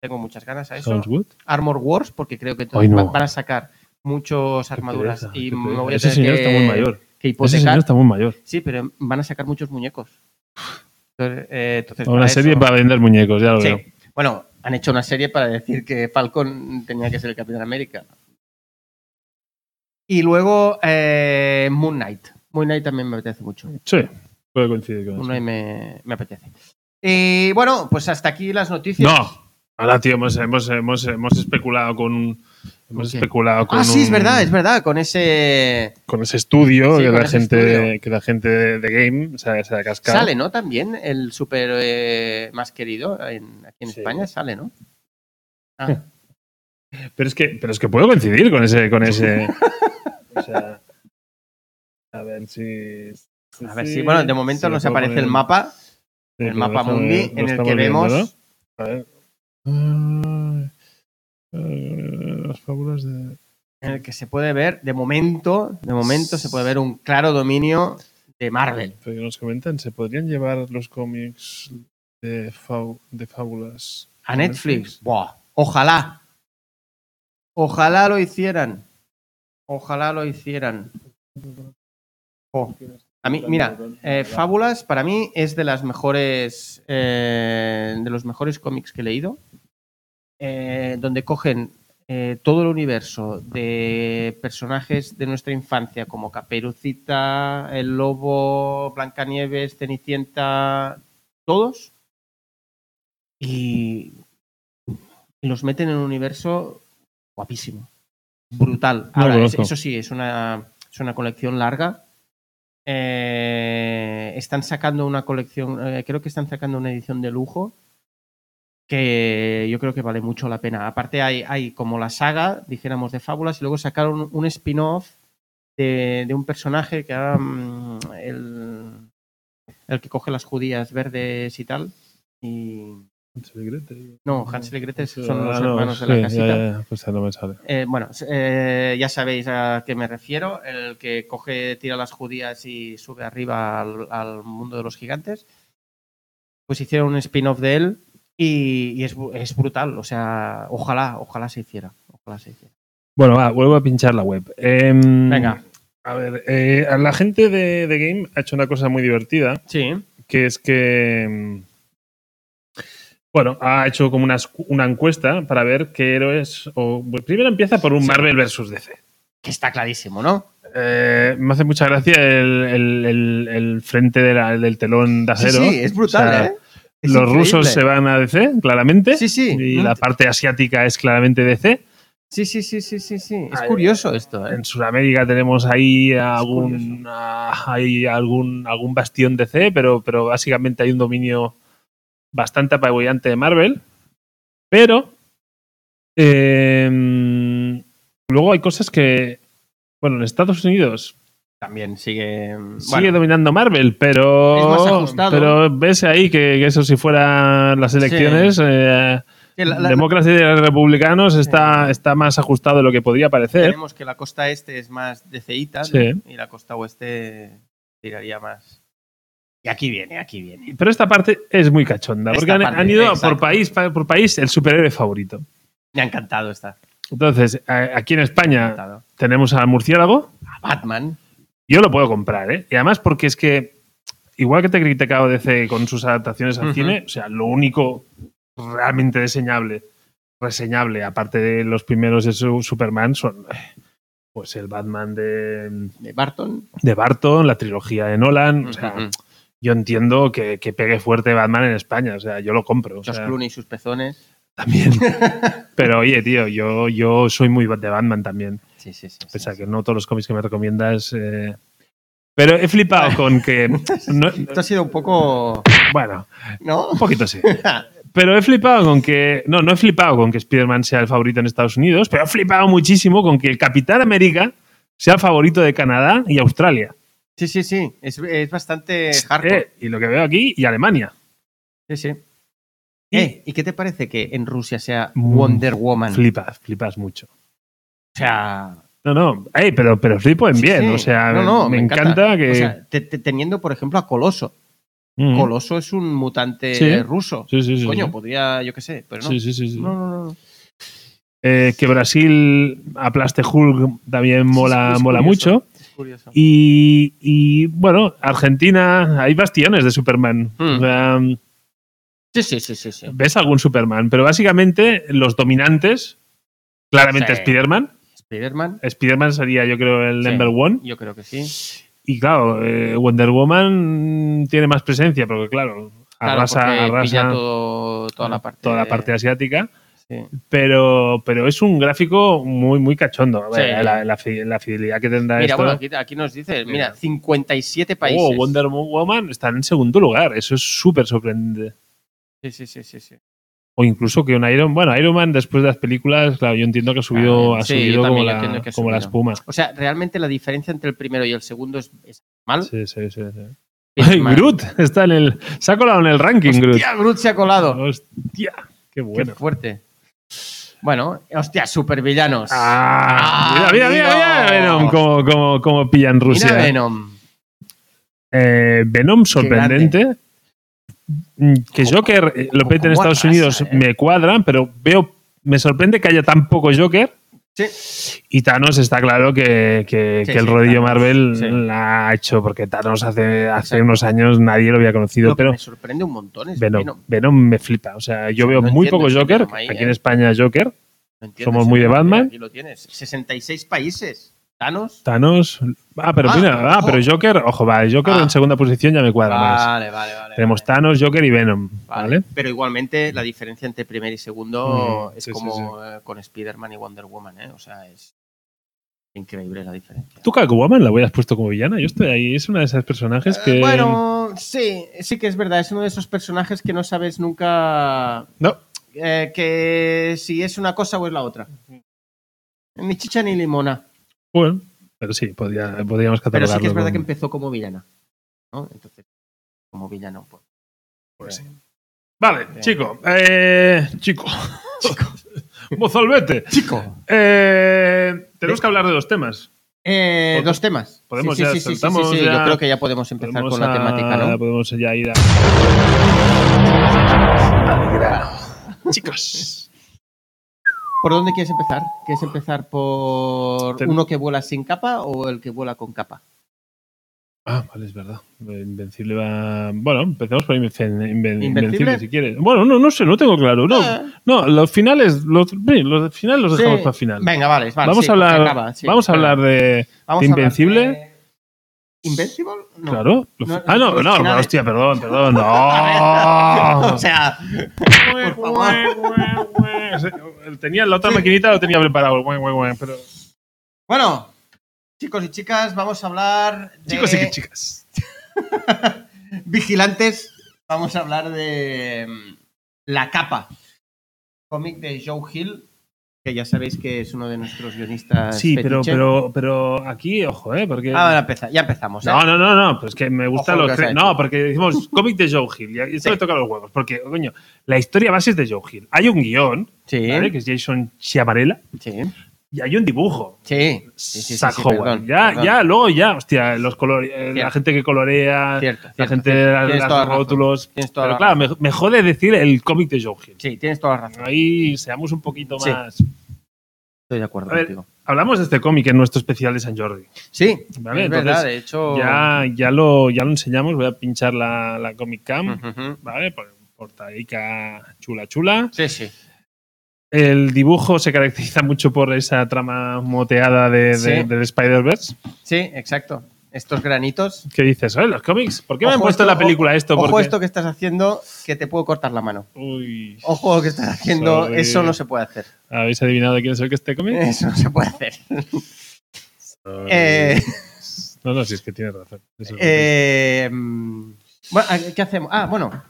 Speaker 3: tengo muchas ganas a eso.
Speaker 2: Sounds good.
Speaker 3: Armor Wars, porque creo que
Speaker 2: Ay, no.
Speaker 3: va- van a sacar muchos armaduras
Speaker 2: Qué pereza,
Speaker 3: y
Speaker 2: qué
Speaker 3: me
Speaker 2: pereza.
Speaker 3: voy a
Speaker 2: Ese
Speaker 3: tener
Speaker 2: señor
Speaker 3: que,
Speaker 2: está muy mayor.
Speaker 3: que
Speaker 2: Ese señor
Speaker 3: hipotecar.
Speaker 2: está muy mayor.
Speaker 3: Sí, pero van a sacar muchos muñecos. Entonces, eh, entonces,
Speaker 2: Una
Speaker 3: para
Speaker 2: serie
Speaker 3: eso-
Speaker 2: para vender muñecos, ya lo veo.
Speaker 3: Sí. Bueno, han hecho una serie para decir que Falcon tenía que ser el Capitán América. Y luego eh, Moon Knight. Moon Knight también me apetece mucho.
Speaker 2: Sí, puede coincidir con
Speaker 3: Moon
Speaker 2: eso.
Speaker 3: Knight me, me apetece. Y bueno, pues hasta aquí las noticias.
Speaker 2: No. Ahora, tío, hemos, hemos, hemos, hemos especulado con un. Hemos
Speaker 3: qué?
Speaker 2: especulado con
Speaker 3: Ah, sí, es
Speaker 2: un-
Speaker 3: verdad, es verdad, con ese...
Speaker 2: Con ese estudio,
Speaker 3: Sí,
Speaker 2: que,
Speaker 3: con
Speaker 2: la
Speaker 3: ese
Speaker 2: gente,
Speaker 3: estudio.
Speaker 2: que la gente de, de Game se, se ha cascado.
Speaker 3: Sale, ¿no? También el superhéroe más querido en- aquí en
Speaker 2: Sí.
Speaker 3: España, sale, ¿no? Ah,
Speaker 2: Pero es que, pero es que puedo coincidir con ese, con ese. o sea, a ver si.
Speaker 3: a ver si, bueno, de momento
Speaker 2: sí,
Speaker 3: nos
Speaker 2: puedo
Speaker 3: aparece
Speaker 2: poner-
Speaker 3: el mapa,
Speaker 2: sí,
Speaker 3: el
Speaker 2: pero
Speaker 3: mapa
Speaker 2: lo
Speaker 3: mundi,
Speaker 2: estamos-
Speaker 3: en
Speaker 2: lo
Speaker 3: el que
Speaker 2: estamos viendo,
Speaker 3: vemos...
Speaker 2: ¿no? A ver. Ah, ah, Las fábulas de.
Speaker 3: en el que se puede ver, de momento, de momento se puede ver un claro dominio de Marvel.
Speaker 2: Pero que nos comentan, ¿se podrían llevar los cómics de, fau- de fábulas?
Speaker 3: A Netflix, ¡buah! ojalá. Ojalá lo hicieran. Ojalá lo hicieran. Jo. A mí, mira, eh, Fábulas para mí es de las mejores, eh, de los mejores cómics que he leído, eh, donde cogen eh, todo el universo de personajes de nuestra infancia como Caperucita, el Lobo, Blancanieves, Cenicienta, todos, y los meten en un universo guapísimo, brutal.
Speaker 2: No lo
Speaker 3: Ahora, es-
Speaker 2: conozco.
Speaker 3: eso sí, es una, es una colección larga. Eh, están sacando una colección, eh, creo que están sacando una edición de lujo que yo creo que vale mucho la pena. Aparte hay, hay como la saga, dijéramos, de fábulas y luego sacaron un spin-off de, de un personaje que era mm, el, el que coge las judías verdes y tal. Y
Speaker 2: Hansel y Gretel.
Speaker 3: no, Hansel y Gretel son los
Speaker 2: Ah, no,
Speaker 3: hermanos de la
Speaker 2: sí,
Speaker 3: casita.
Speaker 2: ya, ya, ya, pues ya no me sale.
Speaker 3: Eh, bueno, eh, ya sabéis a qué me refiero, el que coge, tira las judías y sube arriba al, al mundo de los gigantes. Pues hicieron un spin-off de él y, y es, bu- es brutal, o sea, ojalá, ojalá se hiciera, ojalá se hiciera.
Speaker 2: Bueno, va, vuelvo a pinchar la web. Em,
Speaker 3: Venga,
Speaker 2: A ver, eh, a la gente de, de Game ha hecho una cosa muy divertida,
Speaker 3: sí,
Speaker 2: que es que... em, Bueno, ha hecho como una, escu- una encuesta para ver qué héroes... O, bueno, primero empieza por un
Speaker 3: Sí.
Speaker 2: Marvel versus DC.
Speaker 3: que está clarísimo, ¿no?
Speaker 2: Eh, me hace mucha gracia el, el- el- el frente de la- del telón de
Speaker 3: Sí,
Speaker 2: acero.
Speaker 3: sí, es brutal,
Speaker 2: O sea,
Speaker 3: ¿eh? Es
Speaker 2: Los rusos se
Speaker 3: increíble.
Speaker 2: van a DC, claramente.
Speaker 3: Sí, sí.
Speaker 2: Y
Speaker 3: No
Speaker 2: la
Speaker 3: te-
Speaker 2: parte asiática es claramente DC.
Speaker 3: Sí, sí, sí, sí, sí, sí. Es
Speaker 2: Ay,
Speaker 3: curioso esto, ¿eh?
Speaker 2: En Sudamérica tenemos ahí algún,
Speaker 3: curioso.
Speaker 2: ah, hay algún, algún bastión DC, pero, pero básicamente hay un dominio bastante apabullante de Marvel. Pero em, luego hay cosas que, bueno, en Estados Unidos
Speaker 3: También sigue...
Speaker 2: sigue
Speaker 3: bueno,
Speaker 2: dominando Marvel, pero,
Speaker 3: Es más ajustado.
Speaker 2: pero ves ahí que, que eso si fueran las elecciones, eh,
Speaker 3: que la- la-
Speaker 2: democracia y republicanos está, está más ajustado de lo que podría parecer.
Speaker 3: Tenemos que la costa este es más de ceíta
Speaker 2: Sí.
Speaker 3: y la costa oeste tiraría más. Y aquí viene, aquí viene.
Speaker 2: Pero esta parte es muy cachonda,
Speaker 3: Esta
Speaker 2: porque han,
Speaker 3: parte,
Speaker 2: han ido
Speaker 3: exacto.
Speaker 2: por país, pa- por país el superhéroe favorito.
Speaker 3: Me ha encantado esta.
Speaker 2: Entonces, a- aquí en
Speaker 3: me ha
Speaker 2: España
Speaker 3: encantado.
Speaker 2: tenemos al murciélago.
Speaker 3: A Batman.
Speaker 2: Yo lo puedo comprar, ¿eh? Y además porque es que, igual que te he criticado DC con sus adaptaciones al
Speaker 3: Ujú.
Speaker 2: cine, o sea, lo único realmente diseñable, reseñable, aparte de los primeros de su- Superman, son eh, pues el Batman de,
Speaker 3: De Barton.
Speaker 2: de Barton, la trilogía de Nolan. O sea,
Speaker 3: Ujú.
Speaker 2: yo entiendo que, que pegue fuerte Batman en España, o sea, yo lo compro. o
Speaker 3: George
Speaker 2: sea,
Speaker 3: Clooney y sus pezones.
Speaker 2: también. Pero oye, tío, yo, yo soy muy de Batman también.
Speaker 3: Sí, sí, sí. sí.
Speaker 2: Pese a que no todos los cómics que me recomiendas. eh, Pero he flipado con que. no-
Speaker 3: Esto ha sido un poco.
Speaker 2: bueno,
Speaker 3: ¿No?
Speaker 2: un poquito sí. Pero he flipado con que. No, no he flipado con que Spider-Man sea el favorito en Estados Unidos, pero he flipado muchísimo con que el Capitán América sea el favorito de Canadá y Australia.
Speaker 3: Sí, sí, sí. Es, es bastante hardcore.
Speaker 2: Eh, y lo que veo aquí, y Alemania.
Speaker 3: Sí, sí.
Speaker 2: Y-
Speaker 3: Eh, ¿Y qué te parece que en Rusia sea
Speaker 2: Mm,
Speaker 3: Wonder Woman?
Speaker 2: Flipas, flipas mucho.
Speaker 3: O sea,
Speaker 2: No, no, Ey, pero, pero flipo en
Speaker 3: sí,
Speaker 2: bien,
Speaker 3: sí.
Speaker 2: o sea,
Speaker 3: No, no,
Speaker 2: me, encanta, que...
Speaker 3: o sea, te- te- teniendo, por ejemplo, a Coloso.
Speaker 2: Mm.
Speaker 3: Coloso es un mutante
Speaker 2: Sí.
Speaker 3: eh, ruso.
Speaker 2: Sí, sí, sí.
Speaker 3: Coño,
Speaker 2: sí.
Speaker 3: podría, yo qué sé, pero no.
Speaker 2: Sí, sí, sí, sí.
Speaker 3: No, no, no, no.
Speaker 2: Eh, que Brasil aplaste Hulk también mola,
Speaker 3: Es- es
Speaker 2: mola
Speaker 3: curioso,
Speaker 2: mucho.
Speaker 3: Es curioso.
Speaker 2: Y, y, bueno, Argentina, hay bastiones de Superman.
Speaker 3: Mm.
Speaker 2: O sea,
Speaker 3: Sí, sí, sí, sí. sí.
Speaker 2: ves algún Superman, pero básicamente los dominantes, claramente
Speaker 3: Sí.
Speaker 2: Spider-Man.
Speaker 3: Spider-Man,
Speaker 2: Spider-Man sería, yo creo, el
Speaker 3: Sí.
Speaker 2: number one.
Speaker 3: yo creo que sí.
Speaker 2: Y claro, eh, Wonder Woman tiene más presencia, porque claro,
Speaker 3: Claro,
Speaker 2: arrasa,
Speaker 3: porque
Speaker 2: arrasa
Speaker 3: pilla todo- toda la parte.
Speaker 2: toda la
Speaker 3: de-
Speaker 2: parte asiática.
Speaker 3: sí.
Speaker 2: pero, pero es un gráfico muy, muy cachondo. A ver,
Speaker 3: Sí.
Speaker 2: la, la fi- la fidelidad que tendrá
Speaker 3: Mira,
Speaker 2: esto.
Speaker 3: bueno, aquí, aquí nos dice, mira,
Speaker 2: Mira.
Speaker 3: 57 países.
Speaker 2: oh, Wonder Woman está en segundo lugar. Eso es súper sorprendente.
Speaker 3: Sí, sí, sí, sí, sí.
Speaker 2: O incluso que un Iron Bueno, Iron Man después de las películas, claro, yo entiendo que ha subido,
Speaker 3: Ah,
Speaker 2: ha
Speaker 3: sí, yo
Speaker 2: subido
Speaker 3: también,
Speaker 2: como,
Speaker 3: yo
Speaker 2: la,
Speaker 3: entiendo que ha
Speaker 2: como la
Speaker 3: subido.
Speaker 2: espuma.
Speaker 3: O sea, realmente la diferencia entre el primero y el segundo es, es mal.
Speaker 2: Sí, sí, sí. sí.
Speaker 3: Es
Speaker 2: Ay,
Speaker 3: mal.
Speaker 2: Groot está en el. Se ha colado en el ranking,
Speaker 3: Hostia, Groot se ha colado.
Speaker 2: Groot. Hostia, qué bueno.
Speaker 3: Qué fuerte. Bueno, hostia, supervillanos.
Speaker 2: Ah,
Speaker 3: Ah,
Speaker 2: mira, mira, mira, mira,
Speaker 3: amigos.
Speaker 2: Venom, como, como, como pilla en Rusia.
Speaker 3: Mira Venom.
Speaker 2: Eh, Venom sorprendente. Mm, Que
Speaker 3: Como-
Speaker 2: Joker, eh, lo
Speaker 3: como-
Speaker 2: pete en
Speaker 3: como
Speaker 2: Estados
Speaker 3: atrasa,
Speaker 2: Unidos
Speaker 3: eh.
Speaker 2: me cuadran, pero veo, me sorprende que haya tan poco Joker.
Speaker 3: Sí.
Speaker 2: Y Thanos está claro que, que-
Speaker 3: Sí,
Speaker 2: que el
Speaker 3: sí,
Speaker 2: rodillo
Speaker 3: Thanos,
Speaker 2: Marvel
Speaker 3: sí.
Speaker 2: la ha hecho, porque Thanos hace, hace
Speaker 3: Exacto.
Speaker 2: unos años nadie lo había conocido,
Speaker 3: Lo que
Speaker 2: pero
Speaker 3: me sorprende un montón es
Speaker 2: Venom,
Speaker 3: Venom.
Speaker 2: Venom me flipa. O sea, yo
Speaker 3: Sí,
Speaker 2: veo
Speaker 3: no
Speaker 2: muy
Speaker 3: entiendo
Speaker 2: poco
Speaker 3: ese
Speaker 2: Joker,
Speaker 3: Venom ahí,
Speaker 2: aquí
Speaker 3: eh.
Speaker 2: en España Joker,
Speaker 3: No entiendo
Speaker 2: Somos
Speaker 3: ese
Speaker 2: muy de
Speaker 3: Venom, mira,
Speaker 2: Batman.
Speaker 3: Aquí lo tienes. 66 países. Thanos.
Speaker 2: Thanos... Ah, pero
Speaker 3: Ah,
Speaker 2: mira, ah,
Speaker 3: ojo.
Speaker 2: pero Joker, ojo, va, Joker
Speaker 3: Ah.
Speaker 2: en segunda posición ya me cuadra más.
Speaker 3: Vale, vale, vale.
Speaker 2: Tenemos
Speaker 3: vale,
Speaker 2: Thanos, Joker y Venom, ¿vale?
Speaker 3: Pero igualmente la diferencia entre primer y segundo
Speaker 2: Mm,
Speaker 3: es
Speaker 2: sí, sí,
Speaker 3: como eh, con Spider-Man y Wonder Woman, ¿eh? O sea, es increíble la diferencia.
Speaker 2: ¿Tú Catwoman la hubieras puesto como villana? Yo estoy ahí, es una de esas personajes
Speaker 3: Eh,
Speaker 2: que...
Speaker 3: Bueno, sí, sí que es verdad. Es uno de esos personajes que no sabes nunca
Speaker 2: No.
Speaker 3: eh, que si es una cosa o es la otra. Ni chicha ni limona.
Speaker 2: Bueno, pero sí, podría, podríamos
Speaker 3: Pero
Speaker 2: catalogarlo.
Speaker 3: sí que es verdad que
Speaker 2: como-
Speaker 3: empezó como villana. ¿no? Entonces, como villano. Pues.
Speaker 2: Pues sí. Vale,
Speaker 3: Bien.
Speaker 2: chico. Eh, chico. Mozalbete.
Speaker 3: Chico.
Speaker 2: Eh, tenemos que hablar de dos temas.
Speaker 3: Eh,
Speaker 2: Pod-
Speaker 3: dos temas.
Speaker 2: podemos
Speaker 3: sí,
Speaker 2: ya
Speaker 3: sí, sí, sí, sí,
Speaker 2: saltamos
Speaker 3: sí, sí.
Speaker 2: ya-
Speaker 3: Yo creo que ya podemos empezar
Speaker 2: Podemos
Speaker 3: con la
Speaker 2: a-
Speaker 3: temática, ¿no?
Speaker 2: Podemos ya ir a... Al grano. Chicos.
Speaker 3: ¿Por dónde quieres empezar? ¿Quieres empezar por
Speaker 2: Ten-
Speaker 3: uno que vuela sin capa o el que vuela con capa?
Speaker 2: Ah, vale, es verdad. Invencible va... Bueno, empecemos por Inven- Inven- Invencible,
Speaker 3: ¿Invencible?
Speaker 2: si quieres. Bueno, no, no sé, no tengo claro. No,
Speaker 3: Ah,
Speaker 2: No, los finales, los, sí, los finales los
Speaker 3: sí.
Speaker 2: dejamos para final.
Speaker 3: Venga, vale, vale,
Speaker 2: vamos
Speaker 3: sí,
Speaker 2: a hablar,
Speaker 3: porque acaba, sí,
Speaker 2: vamos a
Speaker 3: vale.
Speaker 2: hablar de, de
Speaker 3: Vamos a hablar
Speaker 2: Invencible.
Speaker 3: de- ¿Invencible? No.
Speaker 2: claro. los-
Speaker 3: No,
Speaker 2: ah, no,
Speaker 3: los
Speaker 2: no,
Speaker 3: finales.
Speaker 2: hostia, perdón, perdón,
Speaker 3: A ver,
Speaker 2: no.
Speaker 3: o sea, por
Speaker 2: favor. Tenía la otra
Speaker 3: Sí.
Speaker 2: maquinita, lo tenía preparado. guau, guau, guau, pero-
Speaker 3: bueno, chicos y chicas, vamos a hablar de
Speaker 2: Chicos y chicas.
Speaker 3: vigilantes. Vamos a hablar de mm, La Capa, cómic de Joe Hill, que ya sabéis que es uno de nuestros guionistas.
Speaker 2: Sí, pero,
Speaker 3: Ah, fetiche.
Speaker 2: pero, pero aquí, ojo, ¿eh? Porque.
Speaker 3: Ah, bueno, empeza- ya empezamos. ¿eh?
Speaker 2: No, no, no, no, pues que me gustan
Speaker 3: Ojo,
Speaker 2: los.
Speaker 3: que has
Speaker 2: cre-
Speaker 3: hecho.
Speaker 2: No, porque decimos cómic de Joe Hill, y esto
Speaker 3: Sí.
Speaker 2: me toca los huevos, porque, coño, la historia base es de Joe Hill. Hay un guión,
Speaker 3: Sí,
Speaker 2: ¿vale? Que es Jason Chiaparella.
Speaker 3: sí.
Speaker 2: Y hay un dibujo.
Speaker 3: Sí, sí, sí, sí,
Speaker 2: Zack
Speaker 3: sí,
Speaker 2: Howard.
Speaker 3: perdón,
Speaker 2: ya,
Speaker 3: perdón.
Speaker 2: ya, luego ya, hostia, los colores, eh, la
Speaker 3: Cierto.
Speaker 2: gente que colorea,
Speaker 3: Cierto,
Speaker 2: la
Speaker 3: cierto,
Speaker 2: gente
Speaker 3: cierto.
Speaker 2: de
Speaker 3: Tienes
Speaker 2: los
Speaker 3: toda la razón.
Speaker 2: rótulos.
Speaker 3: Tienes toda
Speaker 2: Pero
Speaker 3: la
Speaker 2: claro, me, me jode decir el cómic de Joe Hill.
Speaker 3: Sí, tienes toda la razón.
Speaker 2: Ahí seamos un poquito
Speaker 3: Sí.
Speaker 2: más.
Speaker 3: Estoy de acuerdo
Speaker 2: A ver,
Speaker 3: contigo.
Speaker 2: Hablamos de este cómic en nuestro especial de San Jordi.
Speaker 3: Sí,
Speaker 2: Vale,
Speaker 3: es
Speaker 2: entonces,
Speaker 3: verdad, de hecho.
Speaker 2: Ya, ya, lo, ya lo enseñamos, voy a pinchar la, la Comic Cam,
Speaker 3: Ujú.
Speaker 2: ¿vale? Por- Portadica chula, chula.
Speaker 3: Sí, sí.
Speaker 2: El dibujo se caracteriza mucho por esa trama moteada de, de-
Speaker 3: Sí.
Speaker 2: del Spider-Verse.
Speaker 3: Sí, exacto. Estos granitos.
Speaker 2: ¿Qué dices? ¿eh? ¿Los cómics? ¿Por qué me han
Speaker 3: Ojo
Speaker 2: puesto en
Speaker 3: esto,
Speaker 2: la película esto?
Speaker 3: Ojo
Speaker 2: Porque-
Speaker 3: esto que estás haciendo, que te puedo cortar la mano.
Speaker 2: Uy,
Speaker 3: Ojo que estás haciendo,
Speaker 2: Sorry.
Speaker 3: eso no se puede hacer.
Speaker 2: ¿habéis adivinado quién es el que este cómic?
Speaker 3: Eso no se puede hacer.
Speaker 2: Pues,
Speaker 3: Eh,
Speaker 2: No, no, si es que tienes razón. Eso es
Speaker 3: eh, mm, bueno, ¿Qué hacemos? Ah, bueno.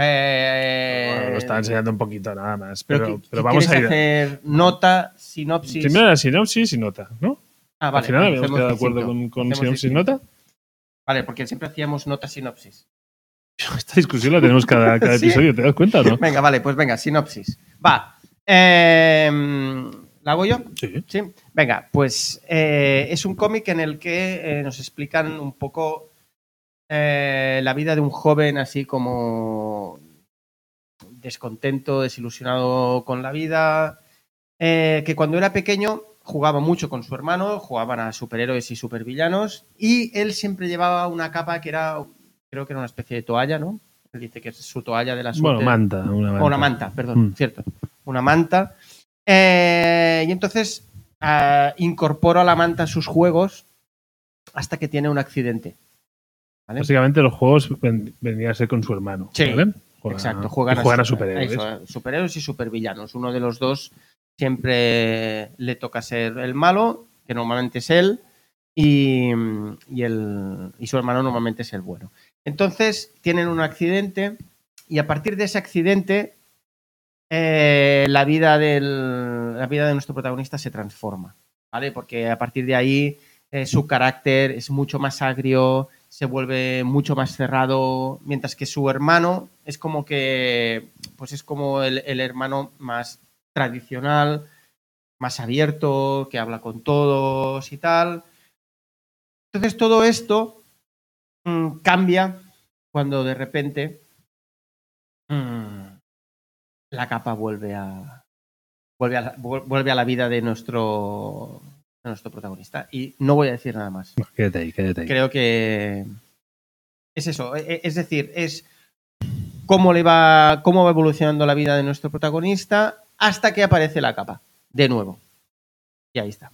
Speaker 3: Eh,
Speaker 2: lo estaba enseñando un poquito nada más,
Speaker 3: pero
Speaker 2: pero,
Speaker 3: ¿qué-
Speaker 2: pero
Speaker 3: qué
Speaker 2: vamos a
Speaker 3: quieres
Speaker 2: ir.
Speaker 3: hacer nota, sinopsis.
Speaker 2: Primero la sinopsis y nota, ¿no?
Speaker 3: ah, vale,
Speaker 2: Al final habíamos
Speaker 3: hacemos
Speaker 2: quedado de acuerdo con,
Speaker 3: distinto.
Speaker 2: con
Speaker 3: Hacemos
Speaker 2: sinopsis y
Speaker 3: distinto.
Speaker 2: nota.
Speaker 3: Vale, porque siempre hacíamos nota sinopsis.
Speaker 2: Esta discusión la tenemos cada, cada
Speaker 3: Sí.
Speaker 2: episodio, ¿te das cuenta o no?
Speaker 3: Venga, vale, pues venga, sinopsis. Va. Eh, ¿La hago yo?
Speaker 2: Sí.
Speaker 3: Sí, venga, pues eh, es un cómic en el que eh, nos explican un poco eh, la vida de un joven así como descontento, desilusionado con la vida, eh, que cuando era pequeño jugaba mucho con su hermano, jugaban a superhéroes y supervillanos, y él siempre llevaba una capa que era, creo que era una especie de toalla, ¿no? Él dice que es su toalla de la suerte.
Speaker 2: Bueno, manta, una manta.
Speaker 3: O una manta, perdón,
Speaker 2: Mm.
Speaker 3: cierto. Una manta. Eh, y entonces ah, incorpora la manta a sus juegos hasta que tiene un accidente. ¿vale?
Speaker 2: Básicamente los juegos ven- vendrían a ser con su hermano.
Speaker 3: ¿eh? Sí,
Speaker 2: ¿vale?
Speaker 3: Exacto,
Speaker 2: y
Speaker 3: juegan,
Speaker 2: juegan a
Speaker 3: super-
Speaker 2: superhéroes.
Speaker 3: eso, a superhéroes y supervillanos. Uno de los dos siempre le toca ser el malo, que normalmente es él, y, y el- y su hermano normalmente es el bueno. Entonces tienen un accidente y a partir de ese accidente eh, la, vida del, la vida de nuestro protagonista se transforma, ¿vale? Porque a partir de ahí eh, su carácter es mucho más agrio, se vuelve mucho más cerrado, mientras que su hermano es como que, pues es como el, el hermano más tradicional, más abierto, que habla con todos y tal. Entonces todo esto mm, cambia cuando de repente mm, la capa vuelve a, vuelve a la- vuel- vuelve a la vida de nuestro, de nuestro protagonista. Y no voy a decir nada más
Speaker 2: Quédate ahí, quédate ahí.
Speaker 3: creo que es eso. e- e- Es decir, es cómo le va, cómo va evolucionando la vida de nuestro protagonista hasta que aparece la capa, de nuevo. Y ahí está.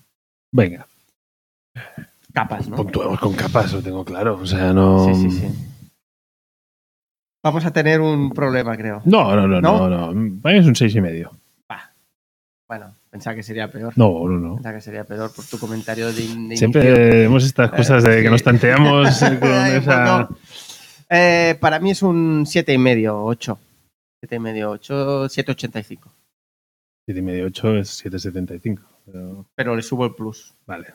Speaker 2: Venga,
Speaker 3: Capas, ¿no?
Speaker 2: puntuemos con capas, lo tengo claro. O sea, no.
Speaker 3: Sí, sí, sí. Vamos a tener un problema, creo.
Speaker 2: No, no, no, no,
Speaker 3: ¿No?
Speaker 2: no. Para mí es un seis y medio.
Speaker 3: Bueno, pensaba que sería peor.
Speaker 2: No, no, no.
Speaker 3: Pensaba que sería peor por tu comentario de, in- de inicio. Eh,
Speaker 2: Siempre vemos estas cosas de que
Speaker 3: sí.
Speaker 2: nos tanteamos eh, con
Speaker 3: Ay,
Speaker 2: esa.
Speaker 3: bueno. Eh, para mí es un 7,5, 8. 7,5, 8, 7,85.
Speaker 2: 7 y medio, 8 es 7,75. Pero,
Speaker 3: Pero le subo el plus.
Speaker 2: Vale.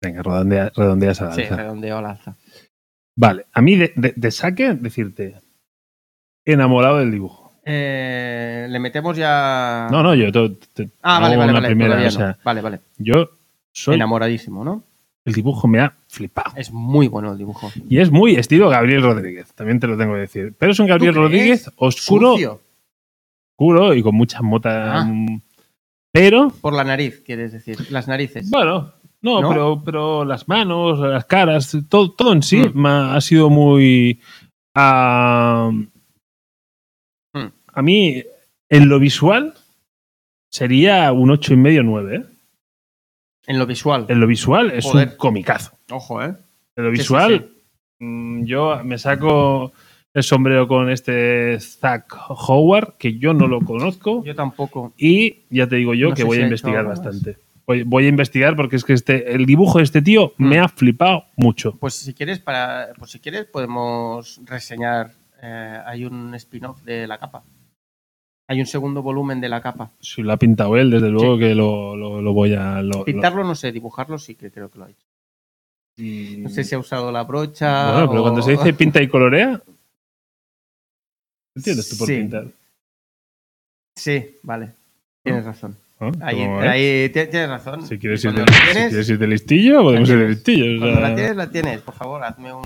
Speaker 2: Venga, redondea, redondea esa
Speaker 3: Sí,
Speaker 2: danza.
Speaker 3: redondeo la alza.
Speaker 2: Vale, a mí de, de- de saque, decirte, enamorado del dibujo.
Speaker 3: Eh, le metemos ya.
Speaker 2: No, no, yo to- te-
Speaker 3: ah,
Speaker 2: hago
Speaker 3: vale, vale,
Speaker 2: una
Speaker 3: vale.
Speaker 2: primera,
Speaker 3: todavía
Speaker 2: o sea,
Speaker 3: no. Vale, vale.
Speaker 2: yo soy,
Speaker 3: Enamoradísimo, ¿no?
Speaker 2: el dibujo me ha flipado.
Speaker 3: Es muy bueno el dibujo.
Speaker 2: Y es muy estilo Gabriel Rodríguez, también te lo tengo que decir. Pero es un Gabriel
Speaker 3: crees?
Speaker 2: Rodríguez oscuro,
Speaker 3: Sucio.
Speaker 2: oscuro y con muchas motas.
Speaker 3: Ah.
Speaker 2: mm, Pero,
Speaker 3: Por la nariz, quieres decir. Las narices.
Speaker 2: bueno, no,
Speaker 3: ¿No?
Speaker 2: Pero, pero las manos, las caras, todo, todo en sí
Speaker 3: Mm.
Speaker 2: me ha, ha sido muy... ah,
Speaker 3: Mm.
Speaker 2: A mí, en lo visual, sería un 8,5-9, ¿eh?
Speaker 3: En lo visual.
Speaker 2: en lo visual es un
Speaker 3: Joder.
Speaker 2: comicazo.
Speaker 3: Ojo, ¿eh?
Speaker 2: En lo
Speaker 3: Sí, sí,
Speaker 2: visual,
Speaker 3: sí.
Speaker 2: mm, yo me saco el sombrero con este Zack Howard, que yo no lo conozco,
Speaker 3: Yo tampoco.
Speaker 2: y ya te digo yo
Speaker 3: No
Speaker 2: que
Speaker 3: sé
Speaker 2: voy
Speaker 3: si
Speaker 2: a
Speaker 3: ha
Speaker 2: investigar
Speaker 3: hecho algo más.
Speaker 2: bastante. Voy, voy a investigar porque es que este, el dibujo de este tío me
Speaker 3: Mm.
Speaker 2: ha flipado mucho.
Speaker 3: Pues si quieres, para, pues si quieres podemos reseñar. eh, hay un spin-off de la capa. Hay un segundo volumen de la capa.
Speaker 2: Si lo ha pintado él, desde luego que lo, lo- lo voy a... lo- lo-
Speaker 3: Pintarlo, no sé, dibujarlo sí que creo que lo ha hecho.
Speaker 2: Mm.
Speaker 3: No sé si ha usado la brocha.
Speaker 2: Bueno, pero
Speaker 3: o-
Speaker 2: cuando se dice pinta y colorea... ¿Entiendes tú por
Speaker 3: Sí.
Speaker 2: pintar?
Speaker 3: Sí, vale. Tienes razón.
Speaker 2: Ah, ¿no?
Speaker 3: Ahí,
Speaker 2: Como, ¿eh?
Speaker 3: ahí ti- tienes razón.
Speaker 2: Si quieres,
Speaker 3: Y
Speaker 2: ir de,
Speaker 3: cuando la
Speaker 2: si
Speaker 3: tienes,
Speaker 2: quieres ir de listillo, podemos ir de listillo. o
Speaker 3: cuando la
Speaker 2: sea.
Speaker 3: tienes, la tienes. Por favor, hazme un.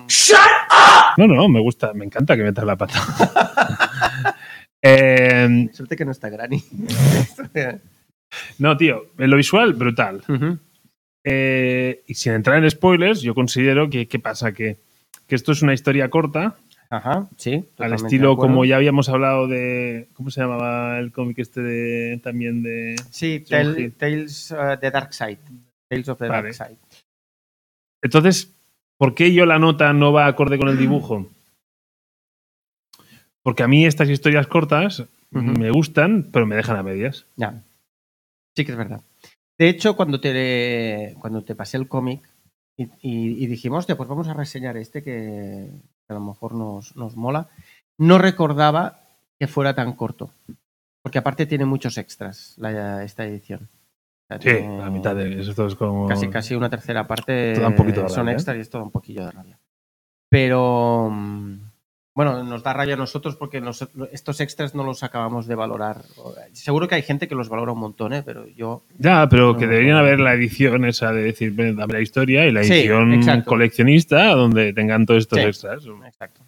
Speaker 2: No, no, me gusta, me encanta que metas la pata. Eh,
Speaker 3: Suerte que no está Granny.
Speaker 2: no, tío, en lo visual, brutal.
Speaker 3: Ujú.
Speaker 2: Eh, y sin entrar en spoilers, yo considero que, ¿qué pasa? Que, que esto es una historia corta,
Speaker 3: Ajá, sí.
Speaker 2: al
Speaker 3: totalmente de
Speaker 2: estilo
Speaker 3: acuerdo.
Speaker 2: como ya habíamos hablado de. ¿Cómo se llamaba el cómic este de, también de.
Speaker 3: Sí,
Speaker 2: Silent
Speaker 3: Tale-
Speaker 2: Hill.
Speaker 3: Tales uh, the Dark Side. Tales of the
Speaker 2: Vale.
Speaker 3: Dark Side.
Speaker 2: Entonces, ¿por qué yo la nota no va acorde con el dibujo? Porque a mí estas historias cortas
Speaker 3: Ujú.
Speaker 2: me gustan, pero me dejan a medias.
Speaker 3: Ya. Sí que es verdad. De hecho, cuando te, cuando te pasé el cómic y, y- y dijimos, hostia, pues vamos a reseñar este que a lo mejor nos, nos mola, no recordaba que fuera tan corto. Porque aparte tiene muchos extras la- esta edición. O sea,
Speaker 2: Sí,
Speaker 3: tiene
Speaker 2: la mitad de eso es como.
Speaker 3: Casi, casi una tercera parte
Speaker 2: Esto da un poquito de
Speaker 3: son
Speaker 2: rabia, ¿eh?
Speaker 3: extras y esto da un poquillo de rabia. Pero, mm, bueno, nos da rabia a nosotros porque nos- estos extras no los acabamos de valorar. Seguro que hay gente que los valora un montón, ¿eh? pero yo...
Speaker 2: Ya, pero que
Speaker 3: No,
Speaker 2: deberían
Speaker 3: no.
Speaker 2: haber la edición esa de decir, ven, dame la historia y la
Speaker 3: Sí,
Speaker 2: edición
Speaker 3: exacto.
Speaker 2: coleccionista donde tengan todos estos
Speaker 3: Sí.
Speaker 2: extras.
Speaker 3: Exacto.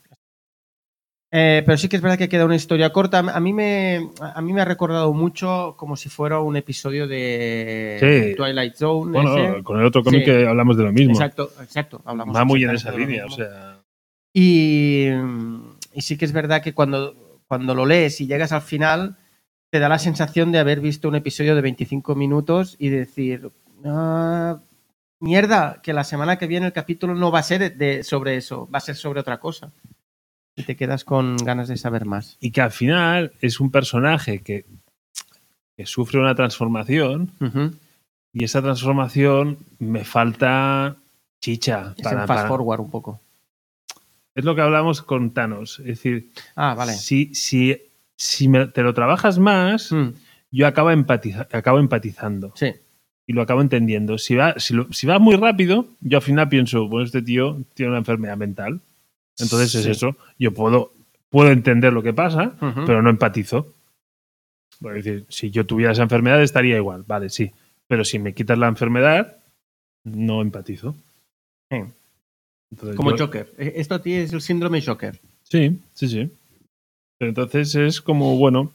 Speaker 3: Eh, pero sí que es verdad que queda una historia corta. A mí me, a mí me ha recordado mucho como si fuera un episodio de
Speaker 2: Sí.
Speaker 3: Twilight Zone.
Speaker 2: Bueno,
Speaker 3: ese.
Speaker 2: con el otro cómic
Speaker 3: Sí.
Speaker 2: que hablamos de lo mismo.
Speaker 3: Exacto, exacto. Hablamos
Speaker 2: Va muy en esa
Speaker 3: exactamente de
Speaker 2: línea,
Speaker 3: lo
Speaker 2: o
Speaker 3: mismo.
Speaker 2: sea.
Speaker 3: Y, y sí que es verdad que cuando, cuando lo lees y llegas al final, te da la sensación de haber visto un episodio de 25 minutos y decir, "Ah, mierda, que la semana que viene el capítulo no va a ser de, sobre eso, va a ser sobre otra cosa. Y te quedas con ganas de saber más.
Speaker 2: Y que al final es un personaje que, que sufre una transformación
Speaker 3: Ujú.
Speaker 2: y esa transformación me falta chicha.
Speaker 3: Es
Speaker 2: para-
Speaker 3: un
Speaker 2: para-
Speaker 3: fast forward un poco.
Speaker 2: es lo que hablamos con Thanos. Es decir,
Speaker 3: Ah, vale.
Speaker 2: si, si, si me- te lo trabajas más,
Speaker 3: Mm,
Speaker 2: yo acabo, empatiza- acabo empatizando.
Speaker 3: sí.
Speaker 2: y lo acabo entendiendo. Si va, si, lo- si va muy rápido, yo al final pienso, bueno, este tío tiene una enfermedad mental. Entonces es
Speaker 3: Sí.
Speaker 2: eso. Yo puedo, puedo entender lo que pasa,
Speaker 3: Ujú.
Speaker 2: pero no empatizo. Bueno, es decir, si yo tuviera esa enfermedad estaría igual, vale, sí. Pero si me quitas la enfermedad, no empatizo.
Speaker 3: Sí.
Speaker 2: Entonces
Speaker 3: Como
Speaker 2: yo-
Speaker 3: Joker. Eh, Esto a ti es el síndrome Joker.
Speaker 2: Sí, sí, sí. Pero entonces es como, bueno,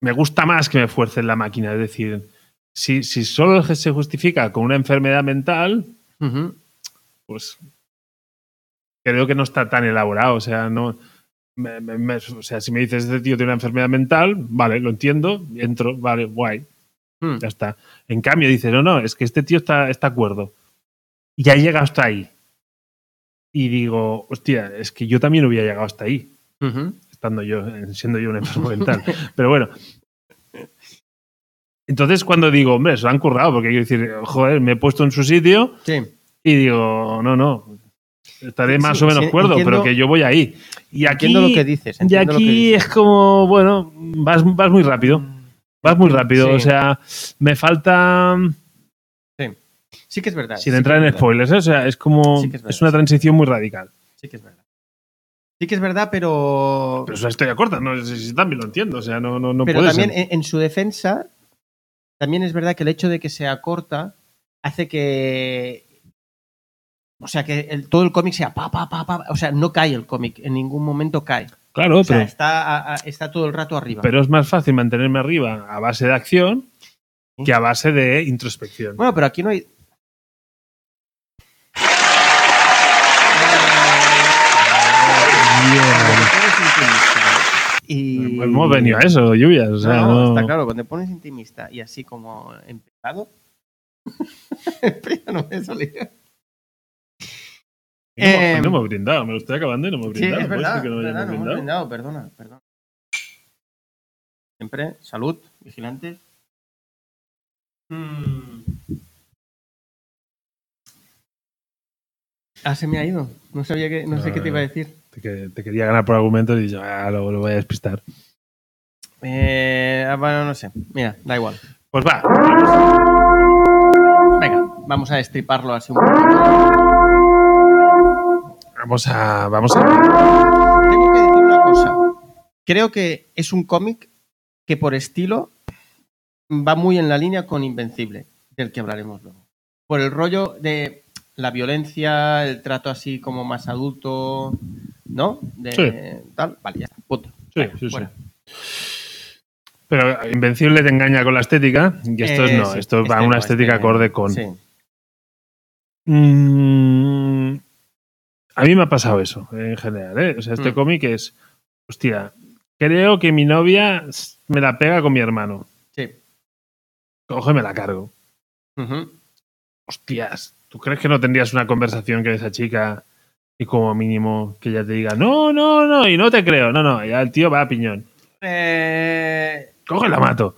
Speaker 2: me gusta más que me fuercen la máquina. Es decir, si, si solo se justifica con una enfermedad mental,
Speaker 3: Ujú.
Speaker 2: pues creo que no está tan elaborado. O sea, no. me- me- me- o sea, si me dices este tío tiene una enfermedad mental, vale, lo entiendo, entro, vale, guay,
Speaker 3: Mm.
Speaker 2: ya está. En cambio, dices, no, no, es que este tío está, está acuerdo. Y ya he llegado hasta ahí. Y digo, hostia, es que yo también hubiera llegado hasta ahí
Speaker 3: Ujú.
Speaker 2: estando yo, eh, siendo yo un enfermo mental. Pero bueno. Entonces, cuando digo, hombre, se lo han currado, porque quiero decir, joder, me he puesto en su sitio
Speaker 3: Sí.
Speaker 2: y digo, no, no, estaré
Speaker 3: Sí,
Speaker 2: más
Speaker 3: sí,
Speaker 2: o menos
Speaker 3: sí,
Speaker 2: cuerdo,
Speaker 3: entiendo-
Speaker 2: pero que yo voy ahí. Y aquí,
Speaker 3: entiendo lo que dices.
Speaker 2: y
Speaker 3: entiendo lo que
Speaker 2: aquí
Speaker 3: dices.
Speaker 2: es como, bueno, vas, vas muy rápido, vas muy rápido.
Speaker 3: Sí.
Speaker 2: O sea, me falta,
Speaker 3: Sí que es verdad.
Speaker 2: sin
Speaker 3: sí
Speaker 2: entrar
Speaker 3: que
Speaker 2: en
Speaker 3: es verdad.
Speaker 2: spoilers, ¿eh? o sea, es como,
Speaker 3: Sí que es verdad,
Speaker 2: es una
Speaker 3: sí.
Speaker 2: transición muy radical.
Speaker 3: Sí que es verdad. Sí que es verdad, pero.
Speaker 2: Pero es una historia corta, no sé si también lo entiendo, o sea, no, no, no
Speaker 3: pero
Speaker 2: puede
Speaker 3: también
Speaker 2: ser.
Speaker 3: en, en su defensa, también es verdad que el hecho de que sea corta hace que. O sea, que el- todo el cómic sea pa, pa, pa, pa. O sea, no cae el cómic, en ningún momento cae.
Speaker 2: Claro,
Speaker 3: O sea,
Speaker 2: pero
Speaker 3: está, a- a- está todo el rato arriba.
Speaker 2: Pero es más fácil mantenerme arriba a base de acción que a base de introspección.
Speaker 3: Bueno, pero aquí no hay. Y...
Speaker 2: Hemos venido a eso, lluvias. O sea,
Speaker 3: no, no,
Speaker 2: no-
Speaker 3: está claro, cuando te pones intimista y así como empezado, no me salía.
Speaker 2: no hemos-
Speaker 3: Eh,
Speaker 2: no hemos brindado, me lo estoy acabando y no hemos
Speaker 3: Sí,
Speaker 2: brindado.
Speaker 3: es
Speaker 2: puede
Speaker 3: verdad,
Speaker 2: ser que no
Speaker 3: es verdad,
Speaker 2: hayamos
Speaker 3: no hemos
Speaker 2: brindado.
Speaker 3: brindado, perdona, perdona. Siempre, salud, vigilantes. Mm. Ah, se me ha ido. No sabía que, no sé qué te iba a decir.
Speaker 2: Te, que- te quería ganar por argumentos y yo, ah, lo, lo voy a despistar.
Speaker 3: Eh, ah, bueno, no sé. Mira, da igual.
Speaker 2: Pues va.
Speaker 3: Venga, vamos a destriparlo así un poquito.
Speaker 2: Vamos a. Vamos a.
Speaker 3: Tengo que decir una cosa. Creo que es un cómic que por estilo va muy en la línea con Invencible, del que hablaremos luego. Por el rollo de la violencia, el trato así como más adulto, ¿no? De,
Speaker 2: Sí.
Speaker 3: tal. Vale, ya está. Punto.
Speaker 2: Sí,
Speaker 3: Venga,
Speaker 2: sí, sí.
Speaker 3: fuera.
Speaker 2: Pero Invencible te engaña con la estética y estos
Speaker 3: Eh,
Speaker 2: no,
Speaker 3: sí,
Speaker 2: estos
Speaker 3: este
Speaker 2: va a una
Speaker 3: no,
Speaker 2: estética
Speaker 3: este-
Speaker 2: acorde con...
Speaker 3: Sí.
Speaker 2: Mm, a mí me ha pasado eso, en general. ¿eh? O sea, este
Speaker 3: Mm.
Speaker 2: cómic es, hostia, creo que mi novia s- me la pega con mi hermano.
Speaker 3: Sí.
Speaker 2: Coge, me la cargo.
Speaker 3: Ujú.
Speaker 2: Hostias, ¿tú crees que no tendrías una conversación con esa chica y como mínimo que ella te diga, no, no, no, y no te creo? No, no, ya el tío va a piñón.
Speaker 3: Eh,
Speaker 2: Coge, la mato.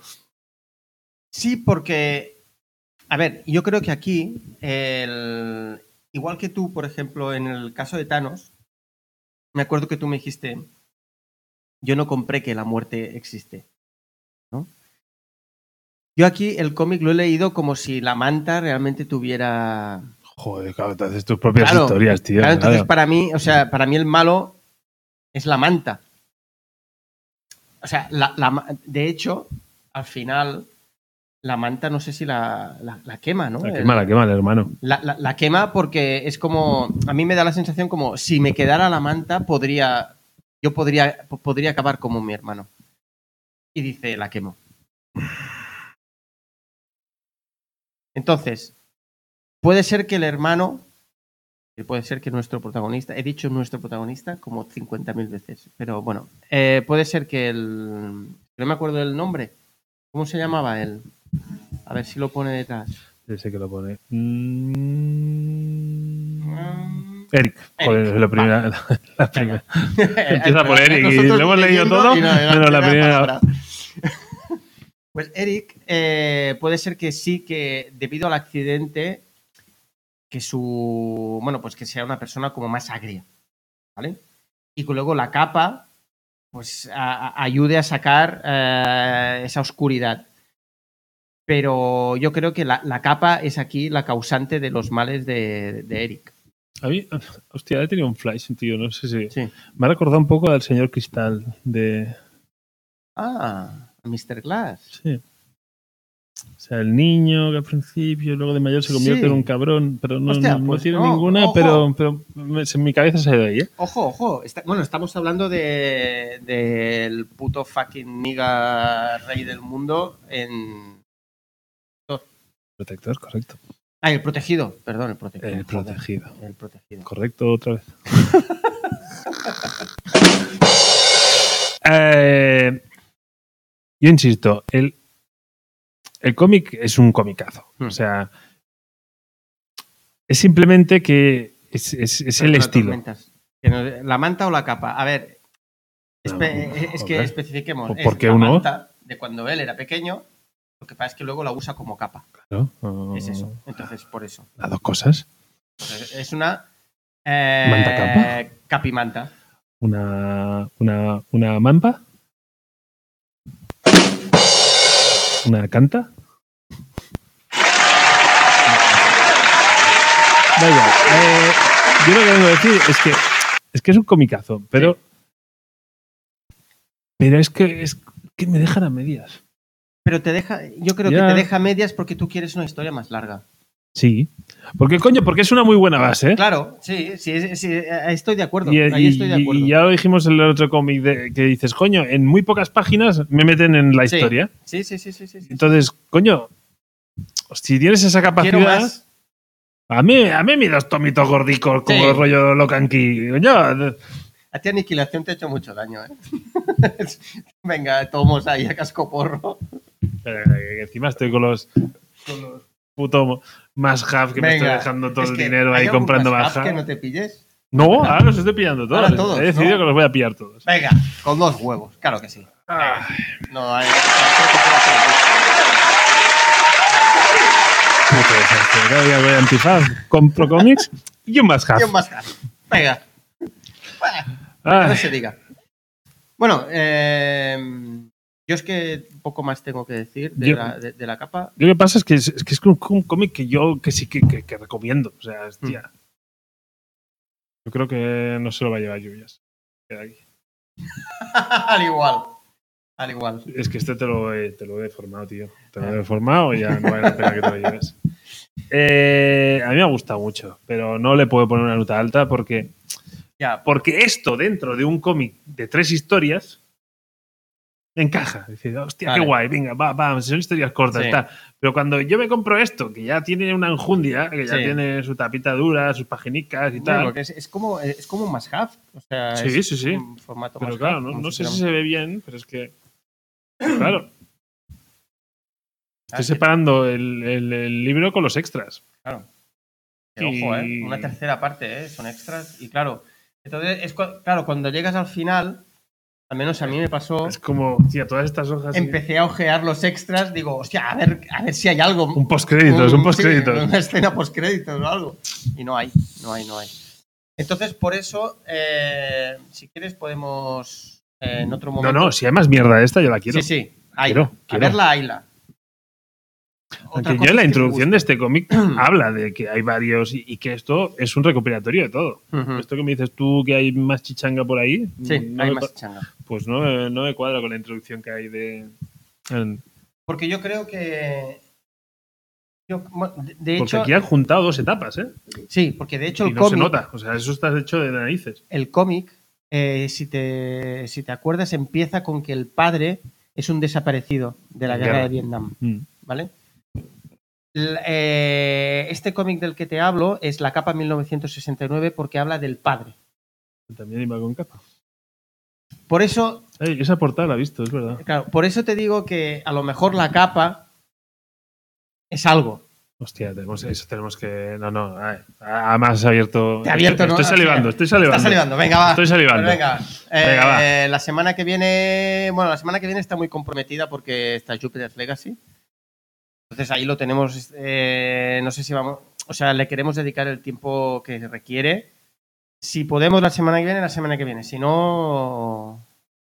Speaker 3: Sí, porque. A ver, yo creo que aquí, el- igual que tú, por ejemplo, en el caso de Thanos, me acuerdo que tú me dijiste: Yo no compré que la muerte existe. ¿no? Yo aquí el cómic lo he leído como si la manta realmente tuviera.
Speaker 2: Joder, claro, te haces tus propias
Speaker 3: Claro,
Speaker 2: historias, tío.
Speaker 3: Claro, entonces
Speaker 2: claro.
Speaker 3: para mí, o sea, para mí el malo es la manta. O sea, la, la ma- de hecho, al final, la manta no sé si la, la- la quema, ¿no?
Speaker 2: Ah, Qué mala, qué mala, hermano.
Speaker 3: La, la- la quema porque es como, a mí me da la sensación como si me quedara la manta, podría, yo podría, po- podría acabar como mi hermano. Y dice, la quemo. Entonces, puede ser que el hermano, que puede ser que nuestro protagonista, he dicho nuestro protagonista como 50.000 veces, pero bueno, eh, puede ser que el, no me acuerdo del nombre, ¿cómo se llamaba él? A ver si lo pone detrás.
Speaker 2: Ese que lo pone. Mm.
Speaker 3: Mm.
Speaker 2: Eric, joder,
Speaker 3: Eric,
Speaker 2: es la primera. la primera. Empieza por Eric y
Speaker 3: Nosotros
Speaker 2: lo hemos leído
Speaker 3: leyendo
Speaker 2: todo,
Speaker 3: y
Speaker 2: menos la primera.
Speaker 3: palabra. Pues Eric, eh, puede ser que sí, que debido al accidente, que su. Bueno, pues que sea una persona como más agria. ¿Vale? Y que luego la capa, pues a- a- ayude a sacar eh, esa oscuridad. Pero yo creo que la, la capa es aquí la causante de los males de, de Eric.
Speaker 2: A mí, hostia, he tenido un flash, tío, no sé si.
Speaker 3: Sí.
Speaker 2: Me ha recordado un poco al señor Cristal de.
Speaker 3: Ah, Mr. Glass.
Speaker 2: Sí. O sea, el niño que al principio, luego de mayor se convierte
Speaker 3: Sí.
Speaker 2: en un cabrón, pero no,
Speaker 3: Hostia,
Speaker 2: no
Speaker 3: pues
Speaker 2: tiene
Speaker 3: no, oh.
Speaker 2: ninguna,
Speaker 3: ojo.
Speaker 2: pero, pero me- se- en mi cabeza se ha ido ahí, ¿eh?
Speaker 3: Ojo, ojo. está- bueno, estamos hablando de del puto fucking niga rey del mundo en.
Speaker 2: Protector, correcto.
Speaker 3: Ah, el protegido, perdón, el protegido.
Speaker 2: El protegido.
Speaker 3: El protegido.
Speaker 2: Correcto, otra vez. Eh, yo insisto, el, el cómic es un comicazo.
Speaker 3: Hmm.
Speaker 2: O sea, es simplemente que es, es- es el
Speaker 3: Pero no
Speaker 2: estilo.
Speaker 3: tormentas. Que no- ¿La manta o la capa? A ver, espe-
Speaker 2: No,
Speaker 3: eh, es que
Speaker 2: Ah, joder.
Speaker 3: especifiquemos.
Speaker 2: ¿Por
Speaker 3: es
Speaker 2: qué
Speaker 3: la
Speaker 2: uno?
Speaker 3: manta de cuando él era pequeño, lo que pasa es que luego la usa como capa.
Speaker 2: ¿no? Oh,
Speaker 3: Es eso. Entonces, por eso.
Speaker 2: Las dos cosas.
Speaker 3: Entonces, es una. eh,
Speaker 2: ¿Manta capa?
Speaker 3: Capimanta.
Speaker 2: Una, una, una mampa. Una canta. Da igual. Eh, yo lo que vengo a decir es que es que es un comicazo, pero. Pero es que es que me dejan a medias.
Speaker 3: Pero te deja, yo creo
Speaker 2: Ya.
Speaker 3: que te deja medias porque tú quieres una historia más larga.
Speaker 2: Sí. Porque coño, porque es una muy buena base, ¿eh?
Speaker 3: ¿Ah, Claro, sí, sí, sí, sí, eh, estoy de acuerdo.
Speaker 2: Y,
Speaker 3: ahí
Speaker 2: y-
Speaker 3: estoy de acuerdo.
Speaker 2: y ya lo dijimos en el otro cómic de- que dices, coño, en muy pocas páginas me meten en la
Speaker 3: Sí.
Speaker 2: historia.
Speaker 3: Sí, sí, sí, sí, sí, sí.
Speaker 2: Entonces, coño, si tienes esa
Speaker 3: Quiero
Speaker 2: capacidad.
Speaker 3: más.
Speaker 2: A mí, a mí me dos tomitos gordicos como
Speaker 3: Sí.
Speaker 2: el rollo Locanqui. Coño,
Speaker 3: A ti aniquilación te ha hecho mucho daño, ¿eh? Venga, tomos ahí a cascoporro.
Speaker 2: eh, encima estoy con los, con los puto más half que me
Speaker 3: Venga,
Speaker 2: estoy dejando todo
Speaker 3: es
Speaker 2: el
Speaker 3: que
Speaker 2: dinero
Speaker 3: ¿hay
Speaker 2: ahí
Speaker 3: algún
Speaker 2: comprando
Speaker 3: más
Speaker 2: más
Speaker 3: app que
Speaker 2: half.
Speaker 3: no te pilles?
Speaker 2: No, ahora los estoy pillando todos.
Speaker 3: Ahora todos,
Speaker 2: He decidido
Speaker 3: ¿no?
Speaker 2: que los voy a pillar todos.
Speaker 3: Venga, con dos huevos, claro que sí.
Speaker 2: Ah,
Speaker 3: No, hay...
Speaker 2: puto desastre. Cada día voy a antifaz. Compro cómics y un más half.
Speaker 3: ¿Quién más app? Venga.
Speaker 2: Ay,
Speaker 3: no se diga. Bueno, em, yo es que poco más tengo que decir de,
Speaker 2: Yo-
Speaker 3: la, de- de la capa.
Speaker 2: Yo lo que pasa es que es, es que es un, un cómic que yo que sí que, que- que recomiendo. O sea, hostia. Yo creo que no se lo va a llevar lluvias. Queda aquí.
Speaker 3: al igual, Al igual.
Speaker 2: Es que este te lo he, te lo he deformado, tío. Te lo he deformado y ya no vale la pena que te lo lleves. Eh, a mí me ha gustado mucho, pero no le puedo poner una nota alta porque,
Speaker 3: Ya,
Speaker 2: porque esto dentro de un cómic de tres historias encaja. Dices, hostia,
Speaker 3: Vale.
Speaker 2: qué guay, venga, va, va, son historias cortas,
Speaker 3: Sí.
Speaker 2: tal. Pero cuando yo me compro esto, que ya tiene una enjundia, que ya
Speaker 3: Sí.
Speaker 2: tiene su tapita dura, sus paginicas y tal.
Speaker 3: Bueno, que es, es como, es como un must have. O sea,
Speaker 2: Sí,
Speaker 3: es
Speaker 2: sí, sí.
Speaker 3: un formato
Speaker 2: Pero
Speaker 3: must
Speaker 2: claro,
Speaker 3: have,
Speaker 2: no,
Speaker 3: como
Speaker 2: no sé si
Speaker 3: fuera
Speaker 2: se ve bien, pero es que. Claro.
Speaker 3: Ah,
Speaker 2: Estoy
Speaker 3: sí.
Speaker 2: separando el, el- el libro con los extras.
Speaker 3: un- que, Ojo, ¿eh?
Speaker 2: y-
Speaker 3: Una tercera parte, ¿eh? Son extras. Y claro, entonces, es cu- claro, cuando llegas al final, al menos a mí me pasó,
Speaker 2: Es como, tía, todas estas hojas.
Speaker 3: empecé a ojear los extras, digo, hostia, a ver, a ver si hay algo.
Speaker 2: Un postcréditos, un
Speaker 3: sí,
Speaker 2: postcréditos.
Speaker 3: una escena postcréditos o algo. Y no hay, no hay, no hay. Entonces, por eso, eh, si quieres, podemos eh, en otro
Speaker 2: No,
Speaker 3: momento.
Speaker 2: no, si hay más mierda de esta, yo la quiero.
Speaker 3: Sí, sí. Hay.
Speaker 2: Quiero,
Speaker 3: A
Speaker 2: quiero.
Speaker 3: verla, hayla. Otra
Speaker 2: Aunque yo
Speaker 3: cosa
Speaker 2: en la
Speaker 3: es que te
Speaker 2: introducción de este cómic habla de que hay varios y, y que esto es un recopilatorio de todo.
Speaker 3: guste. Ujú.
Speaker 2: Esto que me dices tú que hay más chichanga por ahí,
Speaker 3: Mm. Sí,
Speaker 2: no
Speaker 3: hay
Speaker 2: me
Speaker 3: más
Speaker 2: pa-
Speaker 3: changa.
Speaker 2: pues no, me- no me cuadra con la introducción que hay de... en-
Speaker 3: Porque yo creo que. yo- bueno, de- de
Speaker 2: porque
Speaker 3: hecho,
Speaker 2: aquí han juntado dos etapas, ¿eh?
Speaker 3: sí, porque de hecho
Speaker 2: Y
Speaker 3: el
Speaker 2: no se
Speaker 3: cómic,
Speaker 2: nota, o sea, eso está hecho de narices.
Speaker 3: el cómic, eh, si, te, si te acuerdas, empieza con que el padre es un desaparecido de la guerra
Speaker 2: Claro.
Speaker 3: de Vietnam,
Speaker 2: Mm.
Speaker 3: ¿vale? L- eh, este cómic del que te hablo es la capa 1969 porque habla del padre.
Speaker 2: También iba con capa.
Speaker 3: Por eso
Speaker 2: Ey, esa portada la he visto, es verdad.
Speaker 3: Claro, por eso te digo que a lo mejor la capa es algo.
Speaker 2: Hostia, tenemos, eso tenemos que. No, no, ay, además has abierto.
Speaker 3: Te ha abierto,
Speaker 2: estoy,
Speaker 3: ¿no?
Speaker 2: estoy salivando, estoy salivando.
Speaker 3: Está salivando, venga, va.
Speaker 2: Estoy salivando.
Speaker 3: Pues venga, eh,
Speaker 2: Venga, va.
Speaker 3: la semana que viene, bueno, la semana que viene está muy comprometida porque está Jupiter's Legacy. Entonces ahí lo tenemos, eh, no sé si vamos, o sea, le queremos dedicar el tiempo que requiere. Si podemos la semana que viene, la semana que viene. Si no,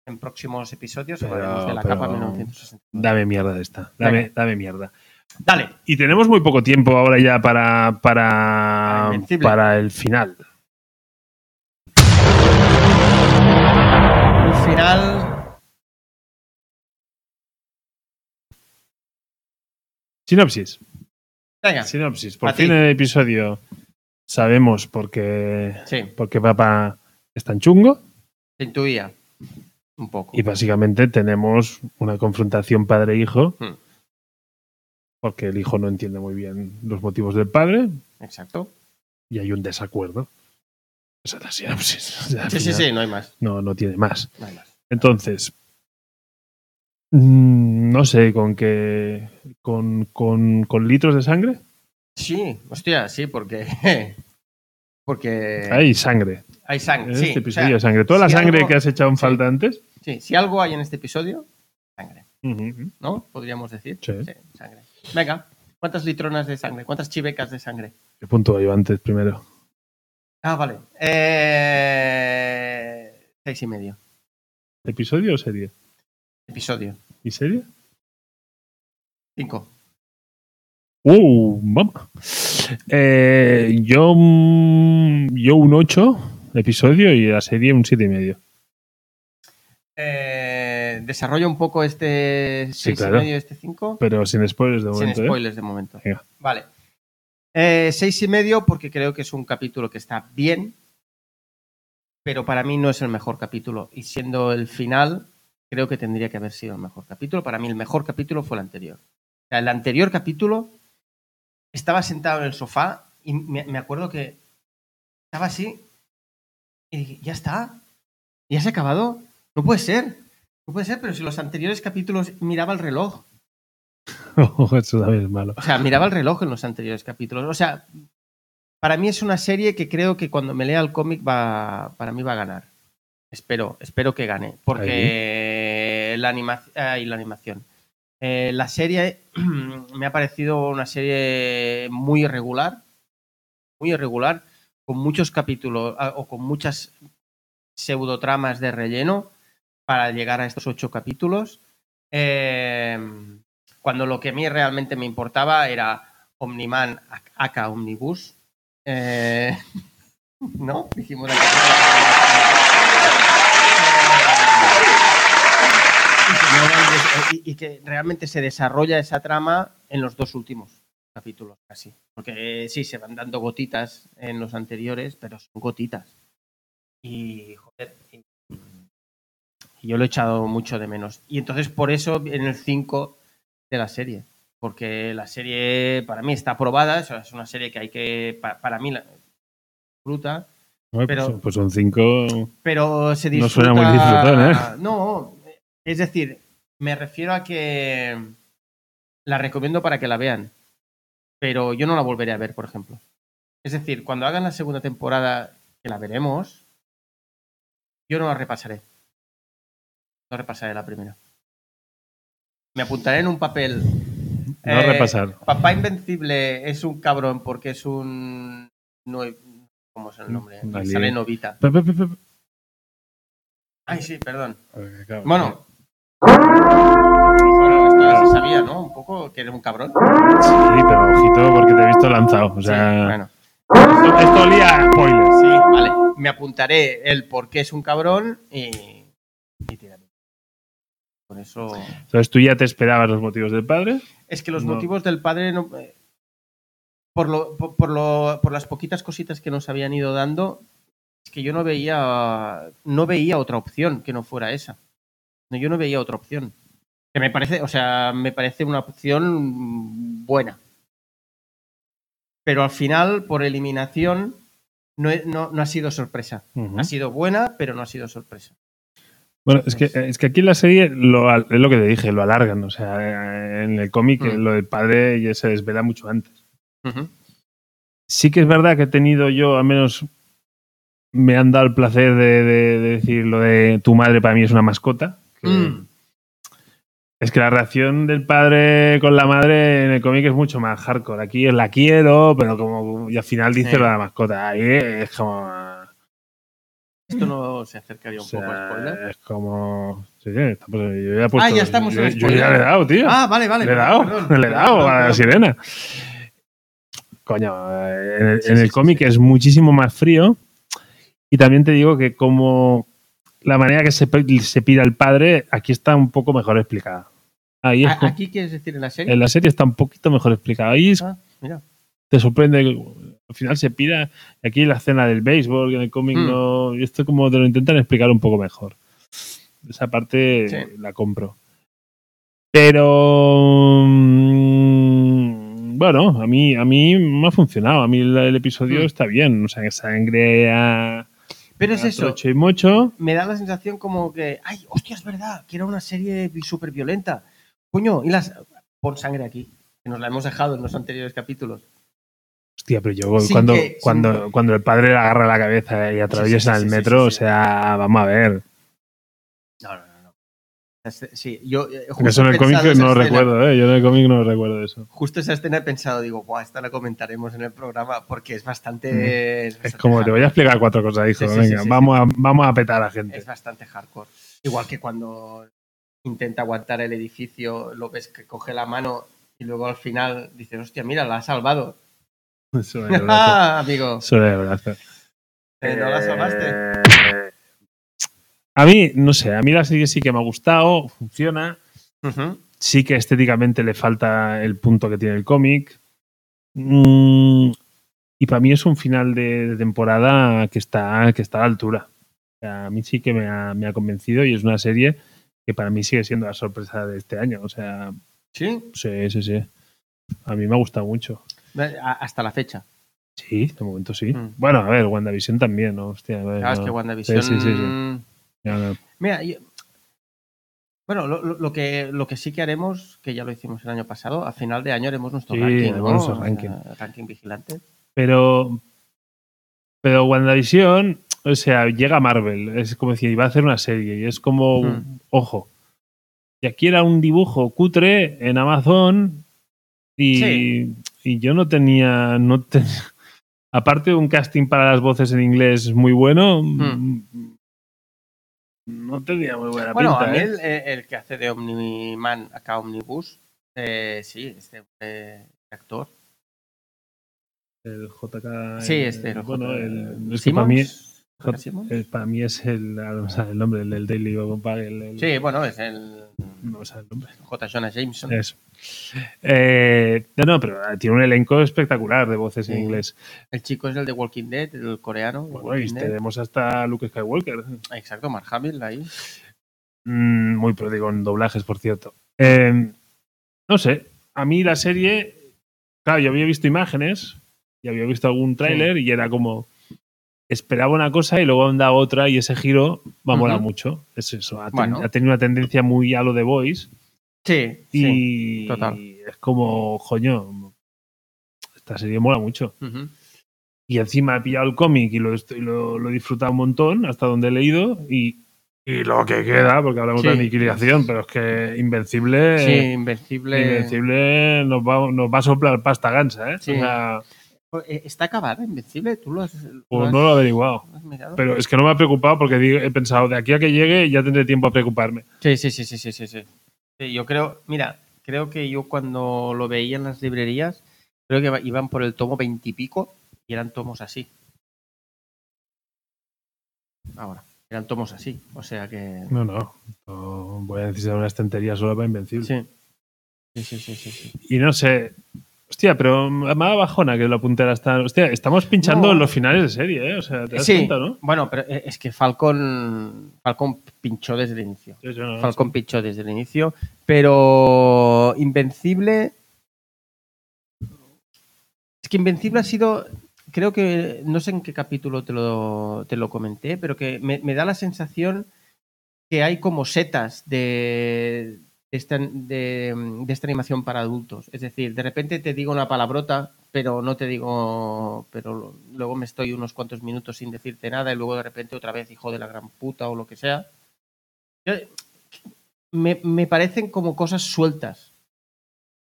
Speaker 3: en próximos episodios
Speaker 2: Pero-
Speaker 3: hablaremos de la
Speaker 2: pero-
Speaker 3: capa 1960.
Speaker 2: Dame mierda de esta. Dame,
Speaker 3: Venga.
Speaker 2: dame mierda.
Speaker 3: Dale,
Speaker 2: Y tenemos muy poco tiempo ahora ya para.
Speaker 3: Para
Speaker 2: Para,
Speaker 3: Invencible.
Speaker 2: para el final.
Speaker 3: un final.
Speaker 2: Sinopsis.
Speaker 3: Venga, sí.
Speaker 2: Sinopsis. Por
Speaker 3: A
Speaker 2: fin
Speaker 3: ti.
Speaker 2: el episodio. Sabemos por qué, por qué papá es tan chungo.
Speaker 3: Se intuía. Un poco.
Speaker 2: Y básicamente tenemos una confrontación padre-hijo.
Speaker 3: Hmm.
Speaker 2: Porque el hijo no entiende muy bien los motivos del padre,
Speaker 3: Exacto.
Speaker 2: y hay un desacuerdo. Esa es la sinopsis. O sea, al
Speaker 3: Sí, sí,
Speaker 2: final
Speaker 3: sí, no hay más.
Speaker 2: No, no tiene más.
Speaker 3: No hay más.
Speaker 2: Entonces, mm, no sé, con qué. Con, con, con litros de sangre.
Speaker 3: Sí, hostia, sí, porque. Porque
Speaker 2: Hay sangre.
Speaker 3: hay
Speaker 2: En
Speaker 3: sangre. Sí,
Speaker 2: este
Speaker 3: o
Speaker 2: episodio
Speaker 3: sea,
Speaker 2: hay sangre. Toda la
Speaker 3: si
Speaker 2: sangre
Speaker 3: algo-
Speaker 2: que has echado en falta antes.
Speaker 3: sí, si algo hay en este episodio, sangre,
Speaker 2: Ujú.
Speaker 3: ¿no? Podríamos decir.
Speaker 2: Sí.
Speaker 3: sangre. Venga, ¿cuántas litronas de sangre? ¿Cuántas chivecas de sangre?
Speaker 2: ¿Qué punto iba antes primero?
Speaker 3: Ah, vale. Eh, seis y medio.
Speaker 2: ¿Episodio o serie?
Speaker 3: Episodio.
Speaker 2: ¿Y serie?
Speaker 3: Cinco.
Speaker 2: ¡Uh! ¡Vamos! Eh, yo, mm, yo un 8 episodio y la serie un 7,5.
Speaker 3: Eh, desarrolla un poco este seis
Speaker 2: claro.
Speaker 3: y medio, este cinco.
Speaker 2: Pero sin spoilers de
Speaker 3: Sin
Speaker 2: momento. ¿eh?
Speaker 3: spoilers de momento.
Speaker 2: Venga.
Speaker 3: Vale. Eh, seis y medio porque creo que es un capítulo que está bien, pero para mí no es el mejor capítulo. Y siendo el final, creo que tendría que haber sido el mejor capítulo. Para mí el mejor capítulo fue el anterior. O sea, el anterior capítulo estaba sentado en el sofá y me, me acuerdo que estaba así y dije, ya está, ya se ha acabado. No puede ser, no puede ser, pero si los anteriores capítulos miraba el reloj
Speaker 2: Eso también es malo.
Speaker 3: o sea, miraba el reloj en los anteriores capítulos. O sea, para mí es una serie que creo que cuando me lea el cómic va, para mí va a ganar. Espero, espero que gane. Porque la, anima- ay, la animación. Eh, la serie me ha parecido una serie muy irregular. Muy irregular. Con muchos capítulos ah, o con muchas pseudotramas de relleno para llegar a estos ocho capítulos. Eh, cuando lo que a mí realmente me importaba era Omniman aka Omnibus. Eh, ¿No? Dijimos aquí. Eh, y, y que realmente se desarrolla esa trama en los dos últimos capítulos, casi. Porque eh, sí, se van dando gotitas en los anteriores, pero son gotitas. Y, joder, y- y yo lo he echado mucho de menos. Y entonces por eso en el 5 de la serie. Porque la serie para mí está aprobada, o sea, es una serie que hay que, pa- para, mí, la fruta,
Speaker 2: Bueno,
Speaker 3: Pero-
Speaker 2: pues, pues son cinco.
Speaker 3: pero se
Speaker 2: No suena
Speaker 3: disfruta...
Speaker 2: muy disfrutón, ¿eh?
Speaker 3: No, es decir, me refiero a que la recomiendo para que la vean, pero yo no la volveré a ver, por ejemplo. Es decir, cuando hagan la segunda temporada, que la veremos, yo no la repasaré. No repasaré la primera. Me apuntaré en un papel.
Speaker 2: No
Speaker 3: eh,
Speaker 2: repasar.
Speaker 3: Papá Invencible es un cabrón porque es un... No, ¿Cómo es el nombre?
Speaker 2: Una
Speaker 3: Me
Speaker 2: liga.
Speaker 3: sale novita.
Speaker 2: Pe- pe- pe- pe-
Speaker 3: Ay, sí, perdón.
Speaker 2: pe- claro.
Speaker 3: Bueno. Bueno, esto ya se sabía, ¿no? Un poco que era un cabrón.
Speaker 2: Sí, pero ojito porque te he visto lanzado. O
Speaker 3: Sí,
Speaker 2: sea,
Speaker 3: bueno,
Speaker 2: esto, esto olía a spoilers.
Speaker 3: sí, vale. Me apuntaré el por qué es un cabrón y. y tiraré. Por eso.
Speaker 2: Entonces tú ya te esperabas los motivos del padre.
Speaker 3: Es que los
Speaker 2: No.
Speaker 3: motivos del padre no. eh, Por, lo, por, por lo, por las poquitas cositas que nos habían ido dando, es que yo no veía, no veía otra opción que no fuera esa. No, yo no veía otra opción. Que me parece, o sea, me parece una opción buena. Pero al final, por eliminación, no, he- no, no ha sido sorpresa. Ha sido buena, pero no ha sido sorpresa.
Speaker 2: Bueno, es que, es que aquí en la serie lo, al- es lo que te dije, lo alargan. O sea, en el cómic
Speaker 3: Mm.
Speaker 2: lo del padre ya se desvela mucho antes. Sí que es verdad que he tenido yo, al menos me han dado el placer de, de- de decir lo de tu madre para mí es una mascota. que-
Speaker 3: Mm.
Speaker 2: Es que la reacción del padre con la madre en el cómic es mucho más hardcore. Aquí es la quiero, pero como y al final dice
Speaker 3: Sí.
Speaker 2: lo de la mascota. Ahí es como. o
Speaker 3: Esto no se acercaría un poco a
Speaker 2: sea,
Speaker 3: spoiler.
Speaker 2: es como. sí, sí, está- pues yo ya he puesto-
Speaker 3: Ah, ya estamos
Speaker 2: Yo,
Speaker 3: en
Speaker 2: yo
Speaker 3: spoiler.
Speaker 2: ya le he dado, tío.
Speaker 3: Ah, vale, vale.
Speaker 2: le he dado,
Speaker 3: perdón, perdón,
Speaker 2: le he dado
Speaker 3: perdón,
Speaker 2: a la
Speaker 3: perdón.
Speaker 2: sirena. Coño, eh, en el,
Speaker 3: Sí,
Speaker 2: en el
Speaker 3: sí, sí,
Speaker 2: cómic
Speaker 3: sí.
Speaker 2: es muchísimo más frío. Y también te digo que como la manera que se, pe- se pira el padre, aquí está un poco mejor explicada. Ahí es
Speaker 3: ¿A-
Speaker 2: como-
Speaker 3: ¿Aquí quieres decir en la serie?
Speaker 2: en la serie está un poquito mejor explicada. Ahí es-
Speaker 3: Ah, mira.
Speaker 2: te sorprende que al final se pira. Aquí la escena del béisbol, que en el cómic
Speaker 3: Mm.
Speaker 2: no. y Esto como te lo intentan explicar un poco mejor. Esa parte
Speaker 3: Sí.
Speaker 2: la compro. Pero. mm, Bueno, a mí, a mí me ha funcionado. A mí el, el episodio
Speaker 3: Mm.
Speaker 2: está bien. O sea, que sangre a.
Speaker 3: Pero es
Speaker 2: a
Speaker 3: eso,
Speaker 2: trocho y mocho.
Speaker 3: me da la sensación como que, ay, hostia, es verdad, que era una serie súper violenta. Coño, y las... Pon sangre aquí, que nos la hemos dejado en los anteriores capítulos.
Speaker 2: Hostia, pero yo
Speaker 3: Sin
Speaker 2: cuando,
Speaker 3: que- sin-
Speaker 2: cuando, cuando el padre le agarra la cabeza y atraviesa
Speaker 3: sí, sí,
Speaker 2: el
Speaker 3: sí,
Speaker 2: metro,
Speaker 3: sí, sí.
Speaker 2: o sea, vamos a ver.
Speaker 3: No, no, no. no. Es- Sí, yo eh, justo
Speaker 2: Porque Eso en el
Speaker 3: he
Speaker 2: cómic
Speaker 3: pensado esa
Speaker 2: no lo
Speaker 3: escena-
Speaker 2: recuerdo, ¿eh? Yo en el cómic no recuerdo eso.
Speaker 3: Justo esa escena he pensado, digo, Buah, esta la comentaremos en el programa porque es bastante...
Speaker 2: Mm.
Speaker 3: Es,
Speaker 2: Es
Speaker 3: bastante
Speaker 2: como, te
Speaker 3: hardcore.
Speaker 2: voy a explicar cuatro cosas, hijo.
Speaker 3: Sí, sí,
Speaker 2: Venga,
Speaker 3: sí, sí,
Speaker 2: vamos, A, vamos a petar a la gente.
Speaker 3: es bastante hardcore. Igual que cuando intenta aguantar el edificio, lo ves que coge la mano y luego al final dices, hostia, mira, la ha salvado.
Speaker 2: Sobre el brazo.
Speaker 3: Ah, amigo.
Speaker 2: Sobre el brazo.
Speaker 3: Eh, no la salvaste.
Speaker 2: Eh, A mí, no sé, a mí la serie sí que me ha gustado, funciona. Sí que estéticamente le falta el punto que tiene el cómic. Mm, y para mí es un final de, de temporada que está, que está a la altura. O sea, a mí sí que me ha, me ha convencido y es una serie que para mí sigue siendo la sorpresa de este año. O sea,
Speaker 3: Sí,
Speaker 2: Sí, sí, sí. A mí me ha gustado mucho.
Speaker 3: a- hasta la fecha.
Speaker 2: Sí, de momento sí.
Speaker 3: Mm.
Speaker 2: Bueno, a ver, WandaVision también, ¿no? Hostia, a ver,
Speaker 3: Claro, es
Speaker 2: no.
Speaker 3: que WandaVision.
Speaker 2: Sí, sí, sí, Ya, no.
Speaker 3: Mira, yo- bueno, lo, lo- lo que, lo que sí que haremos, que ya lo hicimos el año pasado, a final de año haremos nuestro
Speaker 2: Sí,
Speaker 3: ranking.
Speaker 2: haremos
Speaker 3: ¿no?
Speaker 2: nuestro
Speaker 3: O sea,
Speaker 2: ranking.
Speaker 3: ranking vigilante.
Speaker 2: Pero. Pero WandaVision, o sea, llega Marvel. Es como decir, iba a hacer una serie y es como.
Speaker 3: Mm.
Speaker 2: Ojo. Y aquí era un dibujo cutre en Amazon y,
Speaker 3: Sí.
Speaker 2: y yo no tenía. No ten- Aparte de un casting para las voces en inglés muy bueno,
Speaker 3: Mm.
Speaker 2: no tenía muy buena
Speaker 3: Bueno,
Speaker 2: pinta.
Speaker 3: a mí
Speaker 2: ¿eh?
Speaker 3: el, eh, el que hace de Omniman acá Omnibus, eh, sí, este eh, actor.
Speaker 2: El JK.
Speaker 3: Sí, este. el
Speaker 2: bueno,
Speaker 3: J-
Speaker 2: el, es que para
Speaker 3: Simmons,
Speaker 2: mí,
Speaker 3: J- Simmons.
Speaker 2: eh, para mí es el, ahora no me sale el nombre, el del Daily Bugle. el- el-
Speaker 3: Sí, bueno, es el.
Speaker 2: No me sale el nombre.
Speaker 3: J. Jonah Jameson.
Speaker 2: Eso. Eh, no, no, pero tiene un elenco espectacular de voces en
Speaker 3: Sí.
Speaker 2: inglés.
Speaker 3: El chico es el de Walking Dead, el coreano. de
Speaker 2: Bueno, y
Speaker 3: Walking Dead. Ah,
Speaker 2: tenemos hasta Luke Skywalker.
Speaker 3: Exacto, Mark Hamill ahí.
Speaker 2: Mm, muy pródigo en doblajes, por cierto. Eh, no sé, a mí la serie, claro, yo había visto imágenes y había visto algún tráiler y era como, esperaba una cosa y luego han dado otra y ese giro va a molar
Speaker 3: Ujú.
Speaker 2: mucho. Es eso, ha, ten-
Speaker 3: Bueno.
Speaker 2: ha tenido una tendencia muy a lo de Voice
Speaker 3: Sí, sí.
Speaker 2: y
Speaker 3: total.
Speaker 2: es como, coño, esta serie mola mucho.
Speaker 3: Ujú.
Speaker 2: Y encima he pillado el cómic y lo, estoy- lo, lo he disfrutado un montón hasta donde he leído y, y lo que queda, porque hablamos de
Speaker 3: Sí.
Speaker 2: aniquilación, pero es que Invencible,
Speaker 3: Sí, Invencible.
Speaker 2: Eh, Invencible nos, va, nos va a soplar pasta gansa, ¿eh?
Speaker 3: Sí.
Speaker 2: O sea,
Speaker 3: Eh, ¿Está acabada Invencible? ¿Tú lo has, lo
Speaker 2: pues
Speaker 3: has-
Speaker 2: no lo he averiguado.
Speaker 3: lo has mirado?
Speaker 2: Pero es que no me ha preocupado porque digo- he pensado, de aquí a que llegue ya tendré tiempo a preocuparme.
Speaker 3: Sí, sí, sí, sí, sí, sí, sí. Sí, Yo creo, mira, creo que yo cuando lo veía en las librerías, creo que iba- iban por el tomo veintipico y, eran tomos así. Ahora, eran tomos así. O sea que.
Speaker 2: No, no. No voy a necesitar una estantería solo para Invencible.
Speaker 3: Sí. Sí, sí, sí, sí, sí.
Speaker 2: Y no sé. Hasta- Hostia, pero me da bajona que la puntera está. Hostia, estamos pinchando
Speaker 3: No.
Speaker 2: en los finales de serie, ¿eh? O sea, te das
Speaker 3: Sí,
Speaker 2: cuenta, ¿no?
Speaker 3: Bueno, pero eh, es que Falcon, Falcon pinchó desde el inicio.
Speaker 2: Yo- yo no-
Speaker 3: Falcon pinchó desde el inicio, pero Invencible. Es que Invencible ha sido. Creo que. No sé en qué capítulo te lo, te lo comenté, pero que me, me da la sensación que hay como setas de. de esta, de- de esta animación para adultos. Es decir, de repente te digo una palabrota, pero no te digo. Pero lo- luego me estoy unos cuantos minutos sin decirte nada y luego de repente otra vez hijo de la gran puta o lo que sea. Yo- me, me parecen como cosas sueltas.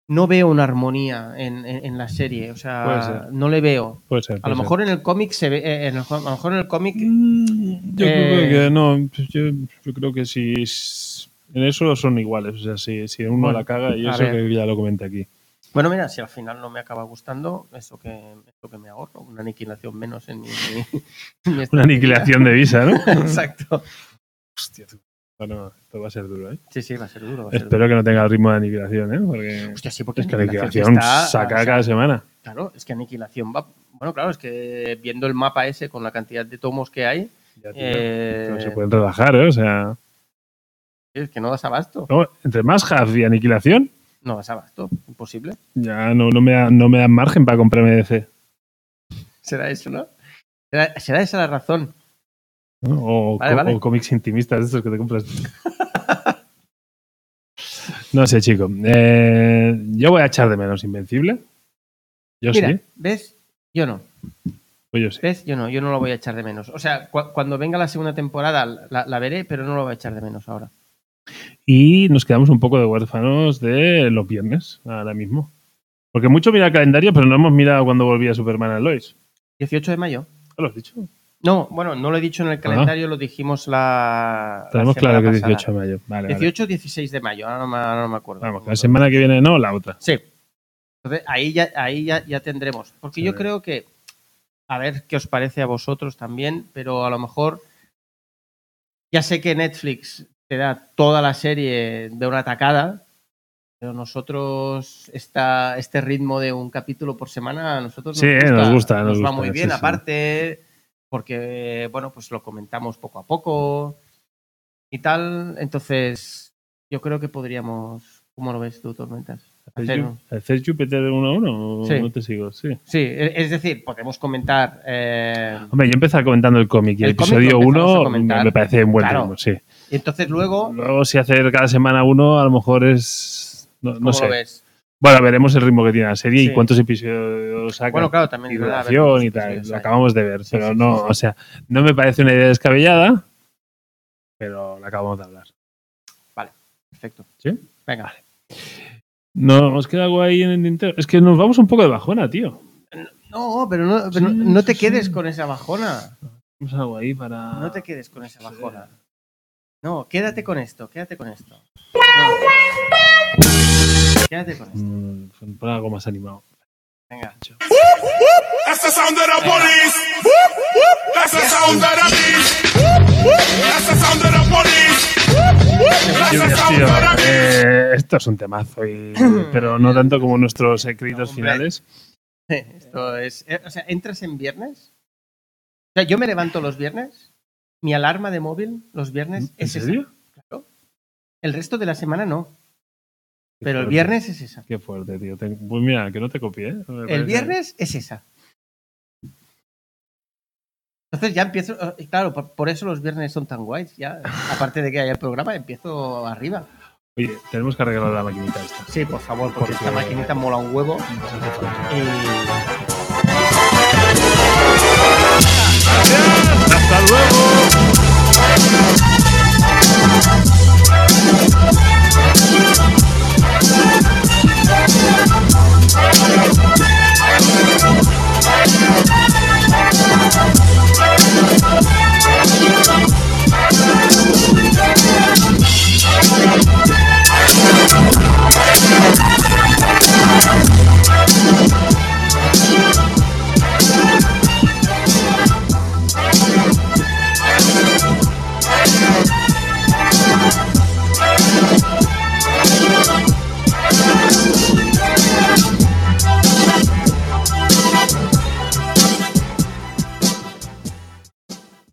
Speaker 3: No veo una armonía en, en- en la serie, o
Speaker 2: Puede
Speaker 3: sea,
Speaker 2: ser.
Speaker 3: no le veo.
Speaker 2: Puede ser.
Speaker 3: A
Speaker 2: puede
Speaker 3: lo mejor en el cómic se ve, eh, en el- a lo mejor en el cómic,
Speaker 2: ser. Mm, Yo
Speaker 3: Eh,
Speaker 2: creo que no. pues Yo, yo creo que si. s- En eso son iguales. O sea, si, si uno
Speaker 3: Bueno,
Speaker 2: la caga, y
Speaker 3: a
Speaker 2: eso
Speaker 3: ver.
Speaker 2: que ya lo comenté aquí.
Speaker 3: bueno mira, si al final no me acaba gustando, eso que, eso que me ahorro, una aniquilación menos en mi, en mi
Speaker 2: Una
Speaker 3: estantería.
Speaker 2: aniquilación de visa, ¿no?
Speaker 3: Exacto.
Speaker 2: Hostia, tú. Bueno, esto va a ser duro, ¿eh?
Speaker 3: Sí, sí, va a ser duro. Va a ser duro.
Speaker 2: Espero que no tenga el ritmo de aniquilación, ¿eh? Porque.
Speaker 3: Hostia, sí, porque
Speaker 2: Es que la
Speaker 3: aniquilación
Speaker 2: aniquilación
Speaker 3: está- o
Speaker 2: saca
Speaker 3: sea,
Speaker 2: cada semana.
Speaker 3: Claro, es que aniquilación va. Bueno, claro, es que viendo el mapa ese con la cantidad de tomos que hay,
Speaker 2: Ya, tío,
Speaker 3: eh,
Speaker 2: No se pueden relajar, ¿eh? O sea.
Speaker 3: es que no das abasto.
Speaker 2: no, entre más half y aniquilación,
Speaker 3: No das abasto, imposible.
Speaker 2: Ya no, no, me da- no me dan margen para comprarme DC.
Speaker 3: Será eso, ¿no? Será, será esa la razón.
Speaker 2: ¿no? O,
Speaker 3: Vale,
Speaker 2: co-
Speaker 3: vale.
Speaker 2: o cómics intimistas de estos que te compras. no sé, chico. Eh, yo voy a echar de menos Invencible. Yo
Speaker 3: Mira,
Speaker 2: sí.
Speaker 3: ¿ves? Yo no.
Speaker 2: Pues yo sí.
Speaker 3: ¿Ves? Yo no. Yo no lo voy a echar de menos. O sea, cu- cuando venga la segunda temporada la, la veré, pero no lo voy a echar de menos ahora.
Speaker 2: Y nos quedamos un poco de huérfanos de los viernes ahora mismo. Porque mucho mira el calendario, pero no hemos mirado cuando volvía Superman a Lois.
Speaker 3: 18 de mayo.
Speaker 2: ¿Ya ¿Lo has dicho?
Speaker 3: No, bueno, no lo he dicho en el calendario, lo dijimos la. la
Speaker 2: Ah. Tenemos
Speaker 3: semana
Speaker 2: claro que
Speaker 3: pasada.
Speaker 2: 18 de mayo. Vale, vale.
Speaker 3: 18 o 16 de mayo, ahora no me, ahora no me acuerdo.
Speaker 2: Vamos, la semana que viene no, la otra.
Speaker 3: Sí. Entonces, ahí ya, ahí ya, ya tendremos. Porque
Speaker 2: Sí.
Speaker 3: yo creo que, a ver qué os parece a vosotros también, pero a lo mejor, ya sé que Netflix te da toda la serie de una tacada, pero nosotros esta, este ritmo de un capítulo por semana a nosotros
Speaker 2: Sí, nos gusta, nos
Speaker 3: va
Speaker 2: gusta,
Speaker 3: muy
Speaker 2: sí,
Speaker 3: bien,
Speaker 2: sí.
Speaker 3: aparte, porque, bueno, pues lo comentamos poco a poco y tal. Entonces, yo creo que podríamos, ¿cómo lo ves tú, Tormentas?
Speaker 2: Pues
Speaker 3: Hacer un-
Speaker 2: ¿Haces Júpiter 1 a 1?
Speaker 3: Sí.
Speaker 2: No te sigo, sí.
Speaker 3: Sí, e- es decir, podemos comentar. eh,
Speaker 2: Hombre, yo empecé comentando el cómic y el,
Speaker 3: El cómic lo
Speaker 2: episodio
Speaker 3: empezamos a
Speaker 2: 1
Speaker 3: comentar.
Speaker 2: me parece un buen
Speaker 3: Claro.
Speaker 2: ritmo, sí.
Speaker 3: y entonces luego,
Speaker 2: Luego, si hacer cada semana uno, a lo mejor es. No, no
Speaker 3: ¿cómo
Speaker 2: sé.
Speaker 3: lo ves?
Speaker 2: Bueno, veremos el ritmo que tiene la serie
Speaker 3: Sí.
Speaker 2: y cuántos episodios saca.
Speaker 3: Bueno, claro, también
Speaker 2: y
Speaker 3: es verdad, a ver
Speaker 2: duración
Speaker 3: cuántos
Speaker 2: y tal.
Speaker 3: episodios
Speaker 2: Lo
Speaker 3: hay.
Speaker 2: acabamos de ver,
Speaker 3: Sí,
Speaker 2: pero
Speaker 3: sí,
Speaker 2: no,
Speaker 3: sí, sí.
Speaker 2: o sea, no me parece una idea descabellada, pero la acabamos de hablar.
Speaker 3: Perfecto.
Speaker 2: ¿Sí?
Speaker 3: Venga.
Speaker 2: No, os queda algo ahí en el tintero. Es que nos vamos un poco de bajona, tío.
Speaker 3: No, pero no, pero
Speaker 2: Sí,
Speaker 3: no- no te
Speaker 2: sí,
Speaker 3: quedes
Speaker 2: sí.
Speaker 3: con esa bajona.
Speaker 2: Vamos a algo ahí para.
Speaker 3: No te quedes con esa
Speaker 2: Sí.
Speaker 3: bajona. No, quédate con esto, quédate con esto. No. Quédate con esto.
Speaker 2: Mm, Pon algo más animado.
Speaker 3: Venga.
Speaker 4: That's the sound of the police. That's the sound of the beast. That's the sound of the police. That's
Speaker 2: Yo
Speaker 4: the
Speaker 2: creo,
Speaker 4: sound
Speaker 2: tío,
Speaker 4: of the
Speaker 2: eh, esto es un temazo, y- pero no tanto como nuestros secretos
Speaker 3: Hombre.
Speaker 2: finales.
Speaker 3: Esto es. eh, O sea, entras en viernes. O sea, yo me levanto los viernes. Mi alarma de móvil los viernes
Speaker 2: ¿En
Speaker 3: es esa.
Speaker 2: serio?
Speaker 3: Claro. El resto de la semana no.
Speaker 2: Qué
Speaker 3: Pero el
Speaker 2: fuerte.
Speaker 3: viernes es esa.
Speaker 2: Qué fuerte, tío. Te- Pues mira, que no te copié. ¿eh? Me parece-
Speaker 3: El viernes es esa. Entonces ya empiezo. eh, y Claro, por, por eso los viernes son tan guays. Ya, aparte de que haya el programa, empiezo arriba.
Speaker 2: Oye, tenemos que arreglar la maquinita esta.
Speaker 3: Sí, por favor, porque,
Speaker 2: Porque-
Speaker 3: esta maquinita mola un huevo. Eh.
Speaker 2: ¡Hasta luego!